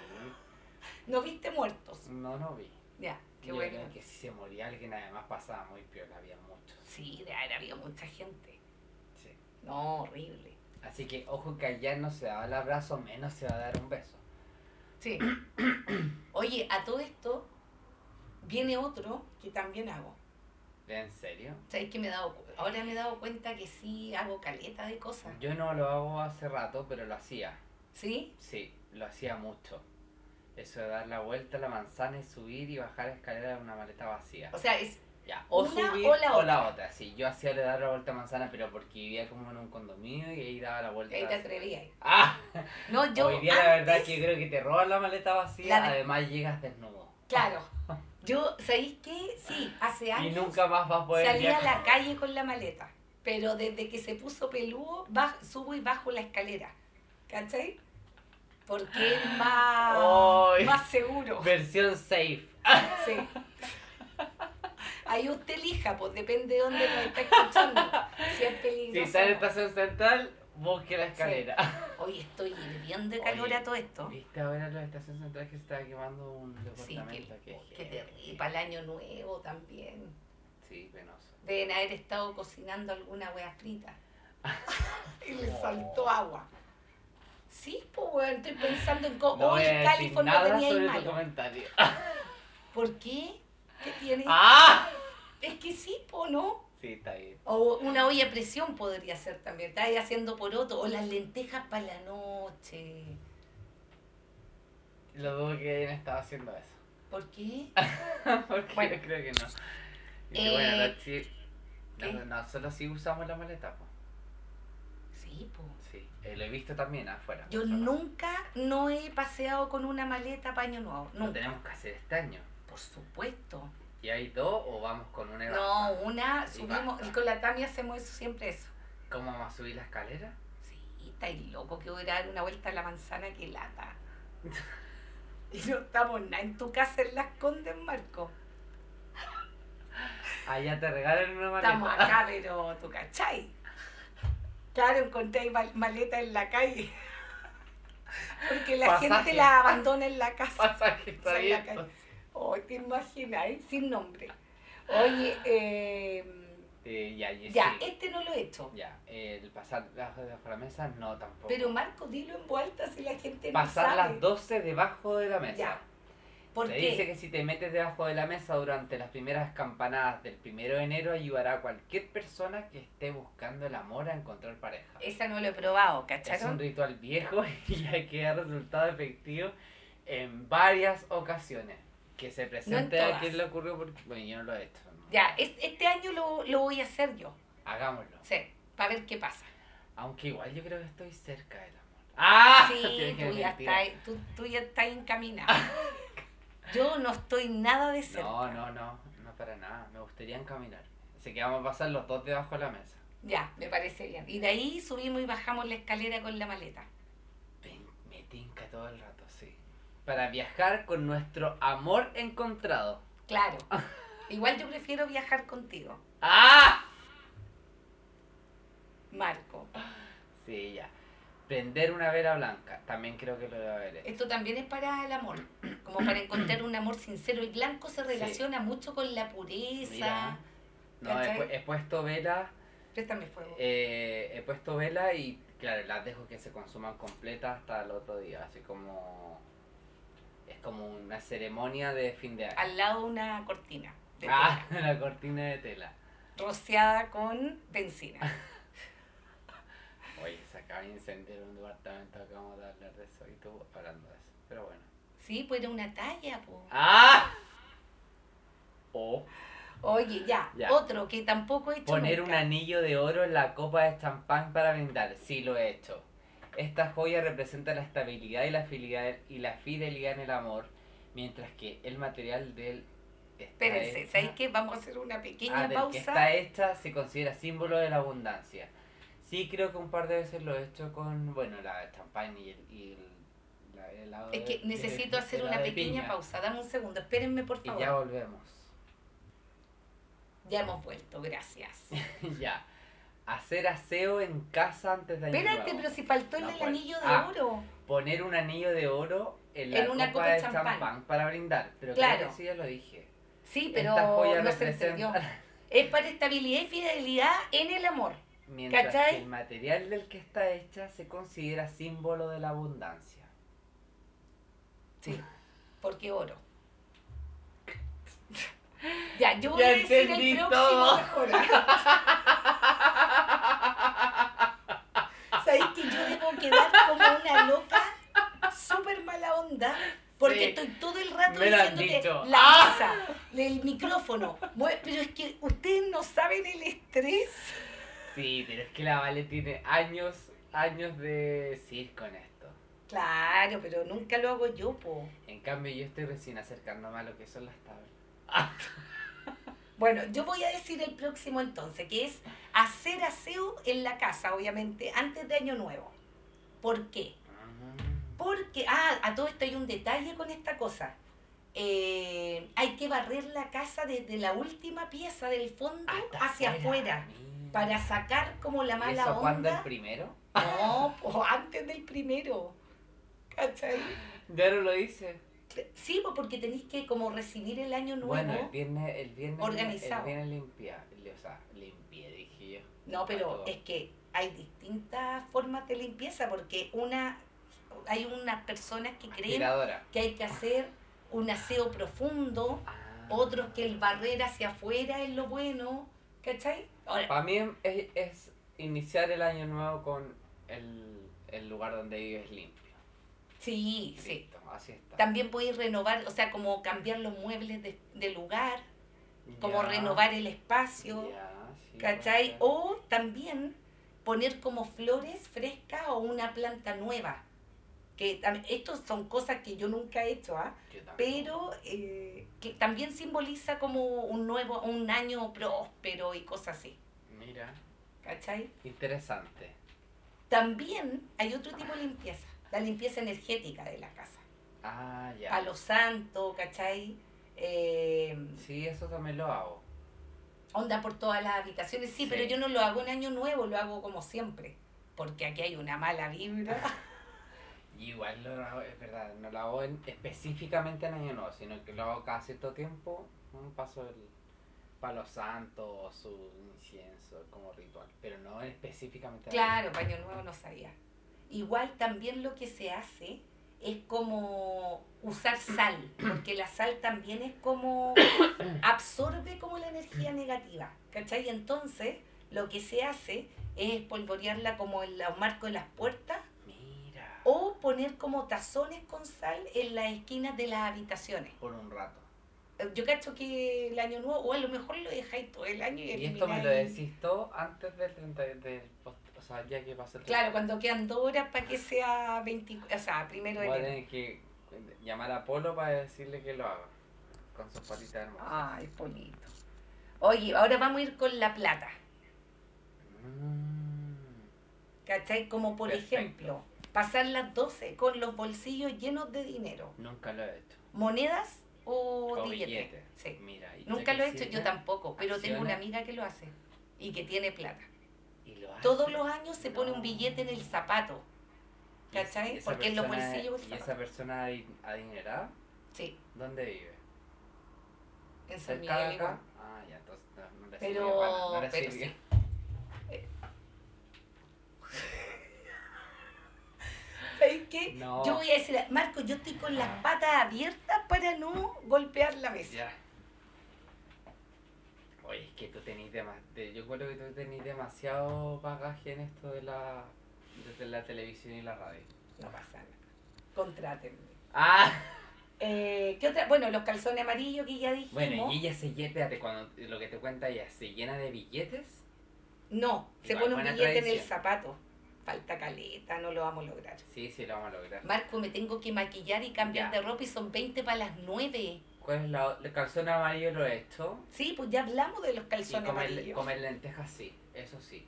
¿No viste muertos? no, no vi. Ya, qué yo bueno. creo que si se moría alguien además pasaba muy peor, había muchos. Sí, de haber habido mucha gente. Sí. No, horrible. Así que ojo que allá no se da el abrazo, menos se va a dar un beso. Sí. Oye, a todo esto viene otro que también hago. ¿En serio? ¿Sabes que me he dado cu- Ahora me he dado cuenta que sí hago caleta de cosas. Yo no lo hago hace rato, pero lo hacía. ¿Sí? Sí, lo hacía mucho. Eso de dar la vuelta a la manzana y subir y bajar escalera de una maleta vacía. O sea, es Ya, o una subir o la la otra. Sí, yo hacía le dar la vuelta a manzana, pero porque vivía como en un condominio y ahí daba la vuelta. ahí te así. atrevías. ¡Ah! No, yo Hoy día la verdad es que creo que te roban la maleta vacía, La de- además llegas desnudo. Claro. Yo, ¿sabéis qué? Sí, hace Y años. nunca más vas a poder Salí a viajar. la calle con la maleta, pero desde que se puso peludo, baj- subo y bajo la escalera. ¿Cachai? Porque es más, Ay. más seguro. Versión safe. Sí. Ahí usted elija, pues depende de dónde nos está escuchando. Si es Si peligroso. está en o no. estación central, busque la escalera. Hoy estoy hirviendo de calor Oye, a todo esto. ¿Viste ahora la estación central que se estaba quemando un Sí, departamento? que, Qué que heavy. terrible. Para el año nuevo también. Sí, penoso. Deben haber estado cocinando alguna hueá frita. y le saltó agua. Sí, pues weón, estoy pensando en cómo. No voy Hoy a decir California nada tenía ahí sobre tu malo. comentario. ¿Por qué? ¿Qué tiene? ¡Ah! Es que sí, po, ¿no? Sí, está bien. O una olla a presión podría ser también. Está ahí haciendo poroto. O las lentejas para la noche. Lo dudo que hayan estado haciendo eso. ¿Por qué? Porque Bueno. yo creo que no. Y que Eh, bueno, no, sí- ¿qué? no, no, solo si usamos la maleta, pues. Sí, po. Sí, eh, lo he visto también afuera. Yo Nosotros nunca no he paseado con una maleta paño nuevo. Lo Nunca. tenemos que hacer este año. Por supuesto. ¿Y hay dos o vamos con una? y No, basta? una Y subimos, basta. y con la Tami hacemos eso, siempre eso. ¿Cómo vamos a subir la escalera? Sí, estáis loco que voy a ir a dar una vuelta a la manzana que lata. y no estamos nada en tu casa en las Condes, Marco. Allá Ah, te regalan una maleta. Estamos acá, pero tú cachai. Claro, encontré ahí mal- maleta en la calle. Porque la Pasaje. gente la abandona en la casa. Pasaje, O sea, en la trayecto. calle. Oh, te imaginas, ¿eh? sin nombre. Oye, eh, Eh, ya, y ya, sí. este no lo he hecho. Ya, el pasar las- bajo la mesa no tampoco. Pero Marco, dilo en vuelta si la gente no pasar sabe. las 12 debajo de la mesa. Ya. Se Porque dice que si te metes debajo de la mesa durante las primeras campanadas del 1 de enero ayudará a cualquier persona que esté buscando el amor a encontrar pareja. esa no lo he probado, Es un ¿cacharon? ritual viejo y ya que ha resultado efectivo en varias ocasiones. Que se presente a todas. quien le ocurrió porque bueno, yo no lo he hecho. ¿no? Ya, es- este año lo, lo voy a hacer yo. Hagámoslo. Sí, para ver qué pasa. Aunque igual yo creo que estoy cerca del amor. ¡Ah! Sí, Tiene que tú ya, mentira. Ah. estás, tú, tú ya estás encaminada. Yo no estoy nada de cerca. No, no, no, no para nada. Me gustaría encaminar. Así que vamos a pasar los dos debajo de la mesa. Ya, me parece bien. Y de ahí subimos y bajamos la escalera con la maleta. Ven, Me tinca todo el rato, sí. Para viajar con nuestro amor encontrado. Claro. Igual yo prefiero viajar contigo, ¡Ah! Marco. Sí, ya. Prender una vela blanca. También creo que lo debe haber hecho. Esto también es para el amor, como para encontrar un amor sincero. El blanco se relaciona mucho con la pureza. Mira. No, he, ¿Cachai? pu- he puesto vela. Préstame fuego. eh, he puesto vela y, claro, las dejo que se consuman completas hasta el otro día. Así como. Es como una ceremonia de fin de año. Al lado una cortina, de Ah, la cortina de tela. tela, rociada con benzina. Oye, se acaba de incendiar un departamento, acabamos de hablar de eso y tú hablando de eso. Pero bueno. Sí, pues era una talla, po. ¡Ah! O Oye, ya, Ya. otro que tampoco he hecho poner un nunca. anillo de oro en la copa de champán para brindar. Sí, lo he hecho. Esta joya representa la estabilidad y la fidelidad, y la fidelidad en el amor, mientras que el material del... está Espérense, hecha- ¿sabéis qué? Vamos a hacer una pequeña Ah, del que pausa. está hecha se considera símbolo de la abundancia. Sí, creo que un par de veces lo he hecho con, bueno, la champaña y el, y el- la- el helado Es que de- necesito eh, de- hacer helado una de pequeña piña. pausa. Dame un segundo, espérenme por Y favor. ya Ya... volvemos. hemos vuelto, gracias. ya. Hacer aseo en casa antes de año Espérate, Nuevo. pero si faltó el No del puedo. anillo de Ah. oro. Poner un anillo de oro en la En una copa de de champán. champán para brindar. Pero Claro. creo que sí ya lo dije. Sí, Esta pero joya no se entendió. representa Es para estabilidad y fidelidad en el amor. Mientras ¿Cachai? que el material del que está hecha se considera símbolo de la abundancia. Sí, porque oro. Ya, yo voy Ya a decir entendí el próximo todo. mejor. ¿Sabes que yo debo quedar como una loca súper mala onda? Porque Sí. estoy todo el rato Me lo han diciéndote dicho. la ¡Ah! mesa, el micrófono. Bueno, Pero es que ustedes no saben el estrés. Sí, pero es que la Vale tiene años, años de circo con esto. Claro, pero nunca lo hago yo, po. En cambio, yo estoy recién acercándome a lo que son las tablas. Bueno, yo voy a decir el próximo entonces, que es hacer aseo en la casa, obviamente, antes de Año Nuevo. ¿Por qué? Porque, ah, a todo esto hay un detalle con esta cosa. Eh, hay que barrer la casa desde la última pieza del fondo Hasta hacia afuera, Mira. para sacar como la ¿Y mala eso cuándo el onda. primero? No, po, antes del primero. ¿Cachai? Ya no lo hice. Sí, po, porque tenéis que como recibir el año nuevo. Bueno, el viernes, el viernes, Organizado. el viernes limpia, li- o sea, limpié, dije yo. No, pero Todo. es que hay distintas formas de limpieza porque una hay unas personas que creen Tiradora. que hay que hacer un aseo profundo, Ah. otros que el barrer hacia afuera es lo bueno, ¿cachai? Ahora, Para mí es, es iniciar el año nuevo con el, el lugar donde vives limpio. sí, sí. Listo, así está. También podéis renovar, o sea, como cambiar los muebles de, de lugar, como Ya, renovar el espacio, ya, sí, ¿cachai? puede ser. O también poner como flores frescas o una planta nueva. Que tam- estos son cosas que yo nunca he hecho, ¿ah? Yo tampoco. pero eh, que también simboliza como un nuevo, un año próspero y cosas así, Mira, ¿cachai? interesante. También hay otro tipo de limpieza, la limpieza energética de la casa, Ah, ya. a los santos, ¿cachai? Eh, Sí, eso también lo hago. onda por todas las habitaciones, sí, Sí. pero yo no lo hago en año nuevo, lo hago como siempre, porque aquí hay una mala vibra. Y igual no lo hago, es verdad, no lo hago en- específicamente en Año Nuevo, sino que lo hago cada cierto tiempo, ¿no? paso el palo santo o su incienso como ritual, pero no en específicamente en Claro, Año paño nuevo no sabía. Igual también lo que se hace es como usar sal, porque la sal también es como absorbe como la energía negativa, ¿cachai? Y entonces lo que se hace es polvorearla como en los marcos de las puertas Nuevo. Mira, o poner como tazones con sal en las esquinas de las habitaciones. Eh, por un rato. Yo cacho que el año nuevo, o a lo mejor lo dejáis todo el año y, Y esto me lo elimináis- decís todo antes del 30 y- del post- o sea, ya que pasa el Claro, cuando quedan dos horas para que sea 24, o sea, primero de Voy a enero. tener que llamar a Polo para decirle que lo haga, con sus patitas hermosas. Ay, bonito. Oye, ahora vamos a ir con la plata. Mm. ¿Cachai? Como por Perfecto. ejemplo, pasar las 12 con los bolsillos llenos de dinero. Nunca lo he hecho. ¿Monedas o, O billetes? billetes. Sí. Mira, y Nunca sé lo he que hecho, sirve yo tampoco, pero tengo una acciona. amiga que lo hace y que tiene plata. y lo hace. Todos los años se pone un No. billete en el zapato. Y es- ¿Cachai? y esa Porque en los persona- bolsillos ¿Y del esa persona adi- adinerada? Sí, ¿Dónde vive? en San ¿Cerca de Miguel acá? igual. Ah, ya, entonces no, no le Pero- sirvió para- no le pero sirvió. sí. ¿Sabes qué? No. Ah. Yo voy a decir, Marco, yo estoy con las patas abiertas para no golpear la mesa. Ya. Oye, es que tú tenés demasiado. Yo creo que tú tenés demasiado bagaje en esto de la, de la televisión y la radio. No pasa nada. Contrátenme. ¡Ah! Eh, ¿Qué otra? Bueno, los calzones amarillos que ya dijimos. Bueno, y ella se llena, espérate, cuando lo que te cuenta ella, se llena de billetes. No, se Igual, pone un buena billete en el tradición. zapato. Falta caleta, no lo vamos a lograr. Sí, sí, lo vamos a lograr. Marco, me tengo que maquillar y cambiar Ya. de ropa y son 20 para las 9. ¿Cuál es la o- El calzón amarillo lo he hecho. Sí, pues ya hablamos de los Y calzones comer, amarillos. comer lentejas sí, eso sí.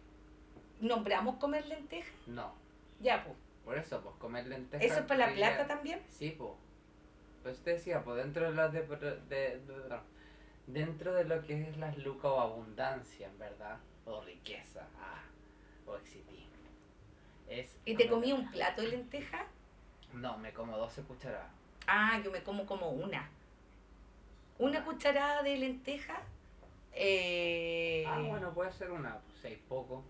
¿Nombramos comer lentejas? No. Ya, pues. Por eso, pues comer lentejas. ¿Eso es para la diría- plata también? Sí, pues. Pues te decía, pues dentro de, las de, de- de- dentro de lo que es las lucas o abundancia, en verdad, o riqueza, ah, o exitismo. Es ¿Y te comer- comí un plato de lentejas? No, me como 12 cucharadas. Ah, yo me como como una. Una cucharada de lenteja. eh, Ah, bueno, puede ser una, pues seis poco.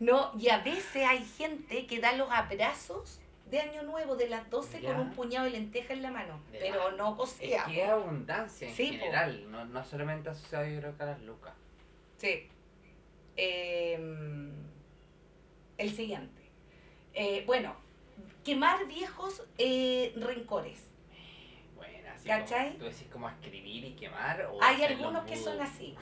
No, y a veces hay gente que da los abrazos de Año Nuevo de las 12 Ya. con un puñado de lenteja en la mano. De pero más. no Es cocía. que es abundancia en ah, Sí, po. general, no, no solamente asociado yo creo que a las lucas. Sí. Eh, el siguiente. Eh, bueno, quemar viejos eh, rencores. Bueno, así ¿Cachai? como- tú decís como escribir y quemar o hay hacer los algunos que son vudú. así.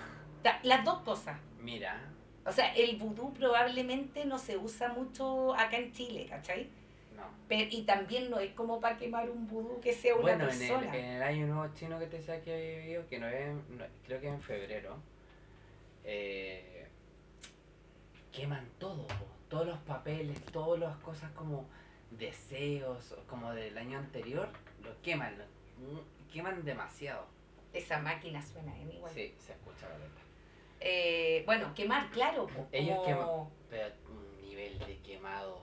Ta- Las dos cosas. Mira, O sea, el vudú probablemente no se usa mucho acá en Chile, ¿cachai? no. Pero, y también no es como para quemar un vudú que sea una Bueno, en el, persona. en el año nuevo chino que te decía que había vivido, que no es, en- no- creo que es en febrero, eh, queman todo, po, todos los papeles, todas las cosas como deseos, o como del año anterior, lo queman, lo- queman demasiado. Esa máquina suena en igual. Sí, se escucha la letra. Eh, bueno, quemar, claro, po, Ellos como queman. Pero un nivel de quemado,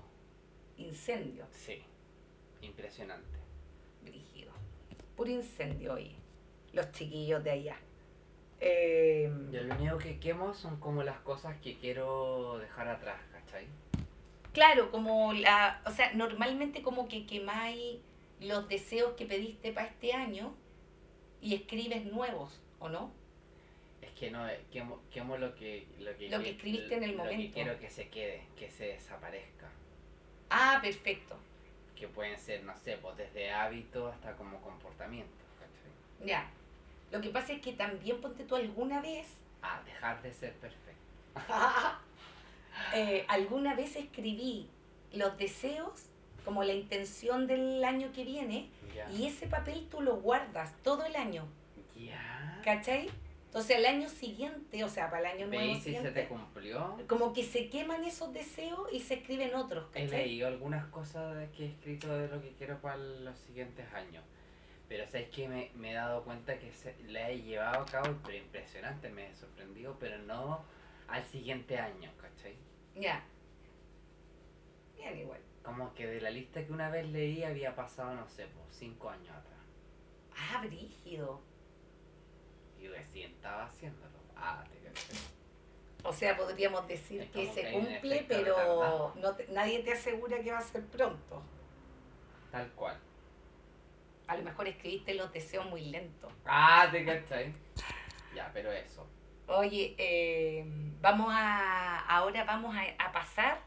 incendio, sí, impresionante. brígido. Puro incendio hoy. Los chiquillos de allá. Eh, Yo lo único que quemo son como las cosas que quiero dejar atrás, ¿cachai? claro, como la. O sea, normalmente como que quemáis los deseos que pediste para este año y escribes nuevos, ¿o no? Es que no, eh, quemo, quemo lo que... Lo que, Lo que escribiste en el Lo que momento. quiero que se quede, que se desaparezca. Ah, perfecto. Que pueden ser, no sé, pues desde hábitos hasta como comportamientos, ¿cachai? Ya. Lo que pasa es que también ponte tú alguna vez, Ah, dejar de ser perfecto. eh, alguna vez escribí los deseos como la intención del año que viene Ya. y ese papel tú lo guardas todo el año, Ya. ¿cachai? Entonces al año siguiente, o sea, para el año nuevo ¿Veis si se siguiente, te cumplió? como que se queman esos deseos y se escriben otros, He ¿cachai? leído algunas cosas de- que he escrito de lo que quiero para los siguientes años. Pero sabes que me, me he dado cuenta que se, la he llevado a cabo, pero impresionante, me he sorprendido, pero no al siguiente año, ¿cachai? Ya. Bien igual. Como que de la lista que una vez leí había pasado, no sé, por cinco años atrás. Ah, brígido. Y recién estaba haciéndolo. Ah, te caché. O sea, podríamos decir Es que como que se hay un cumple, efecto pero retardado. no te- nadie te asegura que va a ser pronto. Tal cual. A lo mejor escribiste los deseos muy lento. Ah, te cachai. Ya, pero eso. Oye, eh, vamos a. Ahora vamos a, a pasar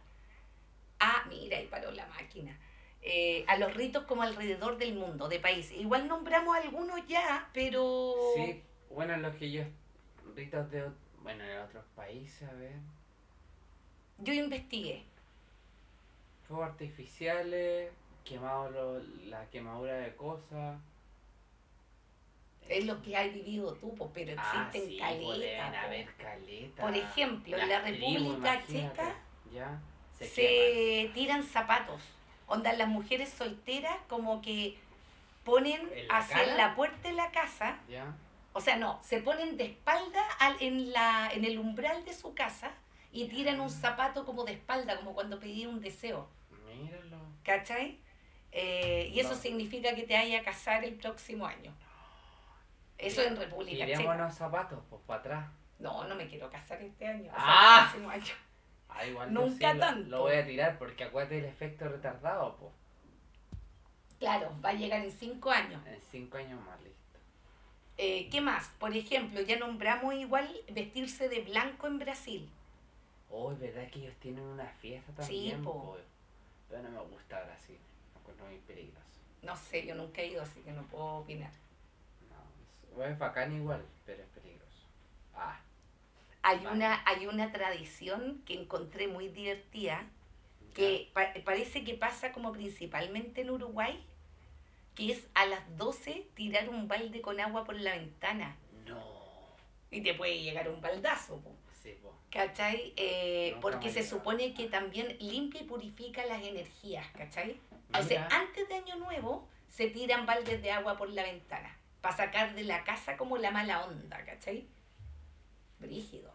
a. Mira, ahí paró la máquina. eh, a los ritos como alrededor del mundo, de país. Igual nombramos algunos ya, pero. Sí, bueno, los que yo. Ritos de. ot- Bueno, en otros países, a ver. Yo investigué. Fuegos artificiales, quemado lo- la quemadura de cosas. Es lo que has vivido tú, po, pero Ah, existen sí, caletas, pueden po. haber caletas. Por ejemplo, en Las la tribus, República imagínate, Checa Ya. Se, se, queman. tiran zapatos. Onda, las mujeres solteras como que ponen ¿En la hacia cara? la puerta de la casa, Ya. o sea, no, se ponen de espalda al- en, la, en el umbral de su casa y tiran un zapato como de espalda, como cuando pedí un deseo, Míralo. ¿cachai? Eh, y eso No. significa que te vaya a casar el próximo año. Eso en República Checa. Tirémonos zapatos, pues para atrás. No, no me quiero casar este año. o sea, Ah. el próximo año. Ah, igual Nunca yo sí lo- tanto. Lo, voy a tirar porque acuérdate del efecto retardado, pues. Claro, va a llegar en cinco años. En cinco años más listo. Eh, ¿Qué más? Por ejemplo, ya nombramos igual vestirse de blanco en Brasil. Oh, es verdad que ellos tienen una fiesta Sí, también, po. po. Pero no me gusta Brasil. Me encuentro muy peligroso. No sé, yo nunca he ido, así que no puedo opinar. No, es, bueno, es bacán igual, pero es peligroso. Ah, Hay, Vale. una, hay una tradición que encontré muy divertida, que pa- parece que pasa como principalmente en Uruguay, que es a las 12 tirar un balde con agua por la ventana. No. Y te puede llegar un baldazo, po. Sí, po. ¿cachai? Eh, Nunca porque me se llega. supone que también limpia y purifica las energías, ¿cachai? O sea, Mira. antes de Año Nuevo se tiran baldes de agua por la ventana para sacar de la casa como la mala onda, ¿cachai? Brígido.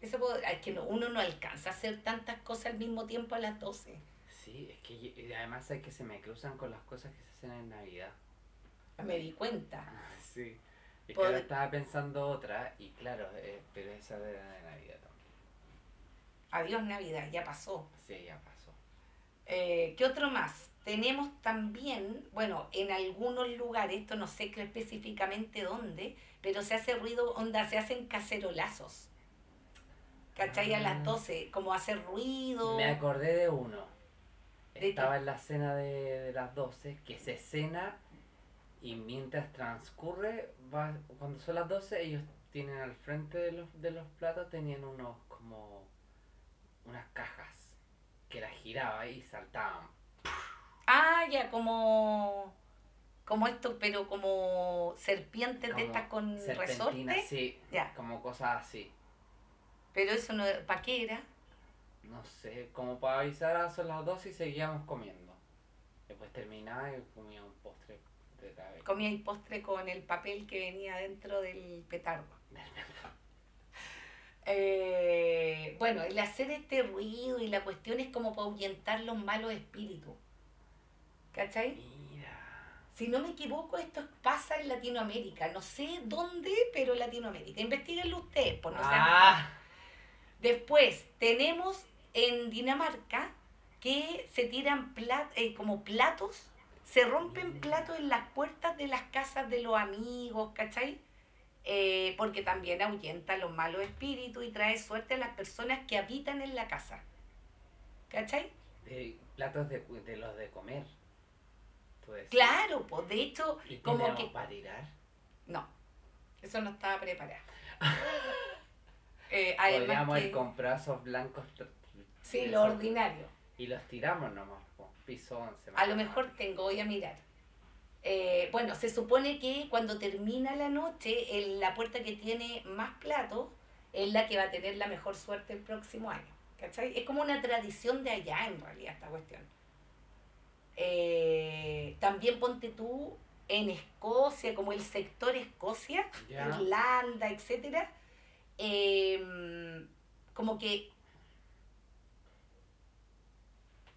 Eso puedo- es que no- uno no alcanza a hacer tantas cosas al mismo tiempo a las 12. Sí, es que yo- y además es que se me cruzan con las cosas que se hacen en Navidad. Me di cuenta. Sí. Es que Por- ahora estaba pensando otra y claro, eh, pero esa de la de Navidad también. Adiós Navidad, ya pasó. Sí, ya pasó. Eh, ¿Qué otro más? Tenemos también, bueno, en algunos lugares, esto no sé qué específicamente dónde, pero se hace ruido, onda, se hacen cacerolazos. ¿Cachai? A Ah. las 12, como hacer ruido. Me acordé de uno. ¿De Estaba qué? en la cena de, de las 12, que se cena y mientras transcurre, va, cuando son las 12, ellos tienen al frente de los, de los platos, tenían unos como unas cajas que las giraba y saltaban. Ah, ya, como, como esto, pero como serpientes de Como estas con Serpentinas, resorte. sí, Ya. como cosas así. Pero eso no, ¿para qué era? No sé, como para avisar a son las 12 y seguíamos comiendo. Después terminaba y comía un postre de cabeza. Comía el postre con el papel que venía dentro del petardo. Eh, bueno, el hacer este ruido y la cuestión es como para ahuyentar los malos espíritus. ¿Cachai? Mira. Si no me equivoco, esto pasa en Latinoamérica. No sé dónde, pero en Latinoamérica. Investíguenlo ustedes, por no sean Ah. Después tenemos en Dinamarca que se tiran plat- eh, como platos, se rompen platos en las puertas de las casas de los amigos, ¿cachai? Eh, porque también ahuyenta los malos espíritus y trae suerte a las personas que habitan en la casa. ¿Cachai? De platos de, cu- de los de comer. tú decís. Claro, pues de hecho, ¿Y como tenemos que... para tirar? No, eso no estaba preparado. Eh, además Podríamos que- ir con brazos blancos. tr- Sí, de lo esos, ordinario. Y los tiramos nomás, po, piso 11. A lo mejor tengo, voy a mirar. Eh, bueno, se supone que cuando termina la noche, el- la puerta que tiene más platos es la que va a tener la mejor suerte el próximo año. ¿Cachai? Es como una tradición de allá en realidad esta cuestión. Eh, también ponte tú en Escocia, como el sector Escocia, Ya. Irlanda, etcétera, em, eh, como que...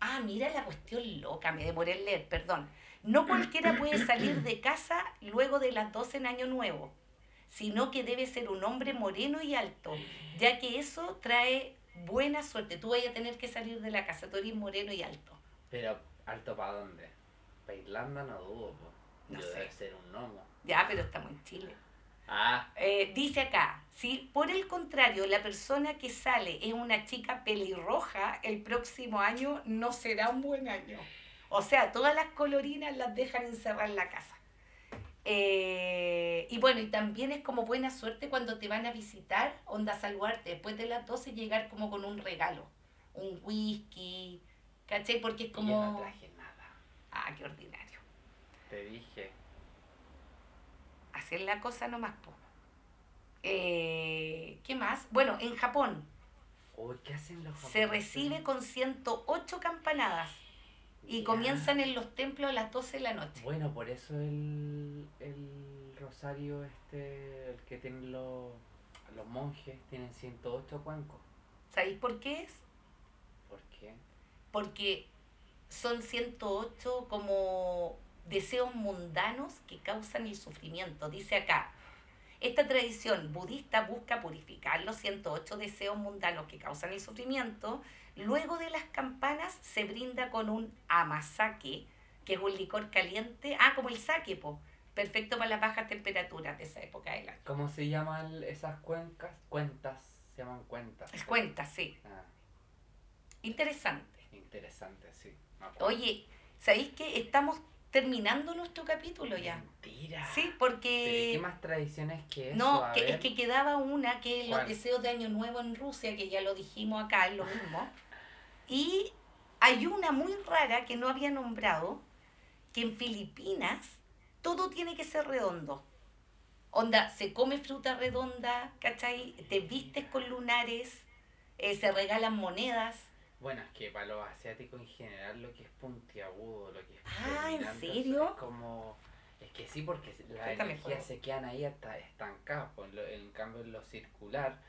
Ah, Ah, mira la cuestión loca, me demoré en leer, perdón. No cualquiera puede salir de casa luego de las 12 en Año Nuevo, sino que debe ser un hombre moreno y alto, ya que eso trae buena suerte. Tú vas a tener que salir de la casa, tú eres moreno y alto. Pero, ¿alto para dónde? Para Irlanda no dudo, po. No Yo sé. debe ser un gnomo. Ya, pero estamos en Chile. Ah, Eh, dice acá, si por el contrario la persona que sale es una chica pelirroja, el próximo año no será un buen año. O sea, todas las colorinas las dejan encerrar en la casa. Eh, y bueno, y también es como buena suerte cuando te van a visitar, onda saludarte, después de las 12 llegar como con un regalo, un whisky, ¿cachai? Porque es como... yo no como... traje nada. Ah, qué ordinario. Te dije. hacer la cosa nomás. Po. Eh, ¿Qué más? Bueno, en Japón Uy, ¿qué hacen los se japoneses? recibe con 108 campanadas y Ya. comienzan en los templos a las 12 de la noche. Bueno, por eso el, el rosario este, el que tienen los, los monjes, tienen 108 cuencos. ¿Sabéis por qué es? ¿Por qué? Porque son 108 como deseos mundanos que causan el sufrimiento. Dice acá, esta tradición budista busca purificar los 108 deseos mundanos que causan el sufrimiento. Luego de las campanas se brinda con un amasake, que es un licor caliente, ah, como el sake, po, perfecto para las bajas temperaturas de esa época del año. ¿Cómo se llaman esas cuencas? Cuentas, se llaman cuentas. Es cuenta, sí. Ah, Interesante. interesante, sí. me acuerdo. Oye, ¿sabéis que estamos terminando nuestro capítulo ya? Mentira. Sí, Ah, ¿Pero y porque... qué más tradiciones que eso? No, A que- es ver. que quedaba una que es los ¿Cuál? Ah. deseos de Año Nuevo en Rusia, que ya lo dijimos acá, es lo mismo. Y hay una muy rara que no había nombrado, que en Filipinas todo tiene que ser redondo. Onda, se come fruta redonda, ¿cachai? Te vistes con lunares, eh, se regalan monedas. Bueno, es que para los asiáticos en general lo que es puntiagudo, lo que es... Ah, ¿en predominante, serio? Es como... Es que sí, porque las Cuéntame, energías Juan. se quedan ahí hasta estancadas. po. En, lo- en cambio, en lo circular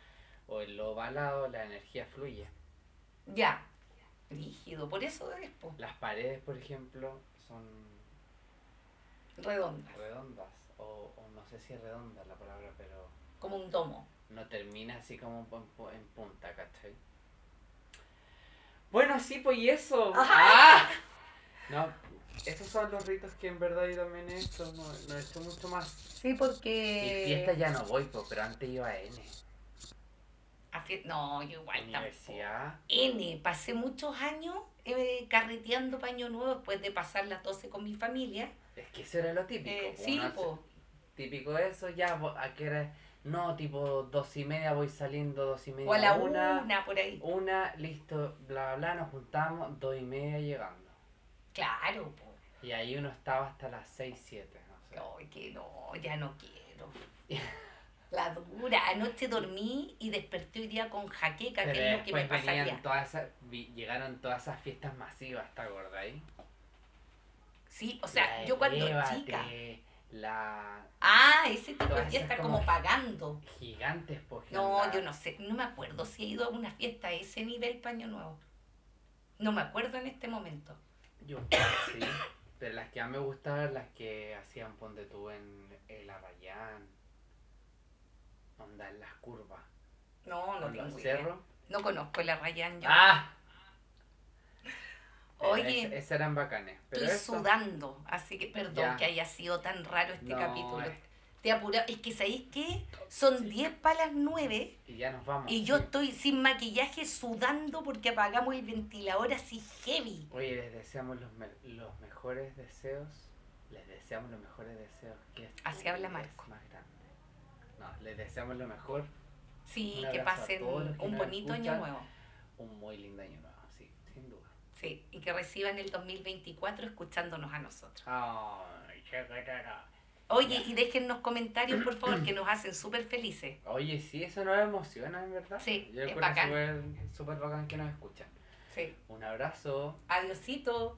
o en lo ovalado, la energía fluye. Ya, rígido, por eso es po, Las paredes, por ejemplo, son redondas, redondas. O, o no sé si es redonda la palabra, pero como un domo. no termina así como en, pu- en punta, ¿cachai? Bueno, sí, pues y eso. ¡Ah! No, esos son los ritos que en verdad yo también he hecho, no, no he hecho mucho más. Sí, porque... Y fiesta ya no voy, pues, pero antes iba a N. A fie- No, yo igual tampoco. Universidad. N, pasé muchos años eh, carreteando paño nuevo después de pasar las 12 con mi familia. Es que eso era lo típico. Eh, po, sí, uno hace- po. Típico eso, ya, vo- a qué hora. No, tipo dos y media voy saliendo, dos y media. o a la una, por ahí. Una, listo, bla, bla, bla, nos juntamos, dos y media llegando. Claro, po. Y ahí uno estaba hasta las 6, 7, no sé. Ay, que no, ya no quiero. La dura, anoche dormí y desperté hoy día con jaqueca, Pero que es lo que me después venían pasaría. todas esas, vi- llegaron todas esas fiestas masivas, ¿te acordáis? Sí, o sea, La yo cuando Elévate, chica. La Ah, ese tipo Todas de esas fiesta como- como, pagando. gigantes, pues. No, yo no sé, no me acuerdo si he ido a una fiesta a ese nivel paño nuevo. No me acuerdo en este momento. Yo, sí. Pero las que más me gustaban eran las que hacían Ponte tú en el Arrayán. Onda en las curvas. No, no en tengo los idea. cerros. No conozco la Rayán yo. ¡Ah! eh, Oye. Es- Esas eran bacanes. Pero Estoy eso- sudando, así que perdón Ya. que haya sido tan raro este No, capítulo. es- Te apura, es que sabéis que son 10 para las 9 Y ya nos vamos. y yo estoy sin maquillaje sudando porque apagamos el ventilador así heavy. Oye, les deseamos los, me- los mejores deseos. Les deseamos los mejores deseos. Que es Así habla es Marco. Más grande. No, les deseamos lo mejor. Sí, Un que abrazo a pasen todos los que un nos bonito año escuchan. nuevo. Un muy lindo año nuevo, sí, sin duda. Sí, y que reciban el 2024 escuchándonos a nosotros. Ay, qué bueno. Oye, y déjennos comentarios, por favor, que nos hacen súper felices. Oye, sí, eso nos emociona, en verdad. Sí, yo es encuentro bacán. súper- súper bacán que nos escuchan. Sí. Un abrazo. Adiosito.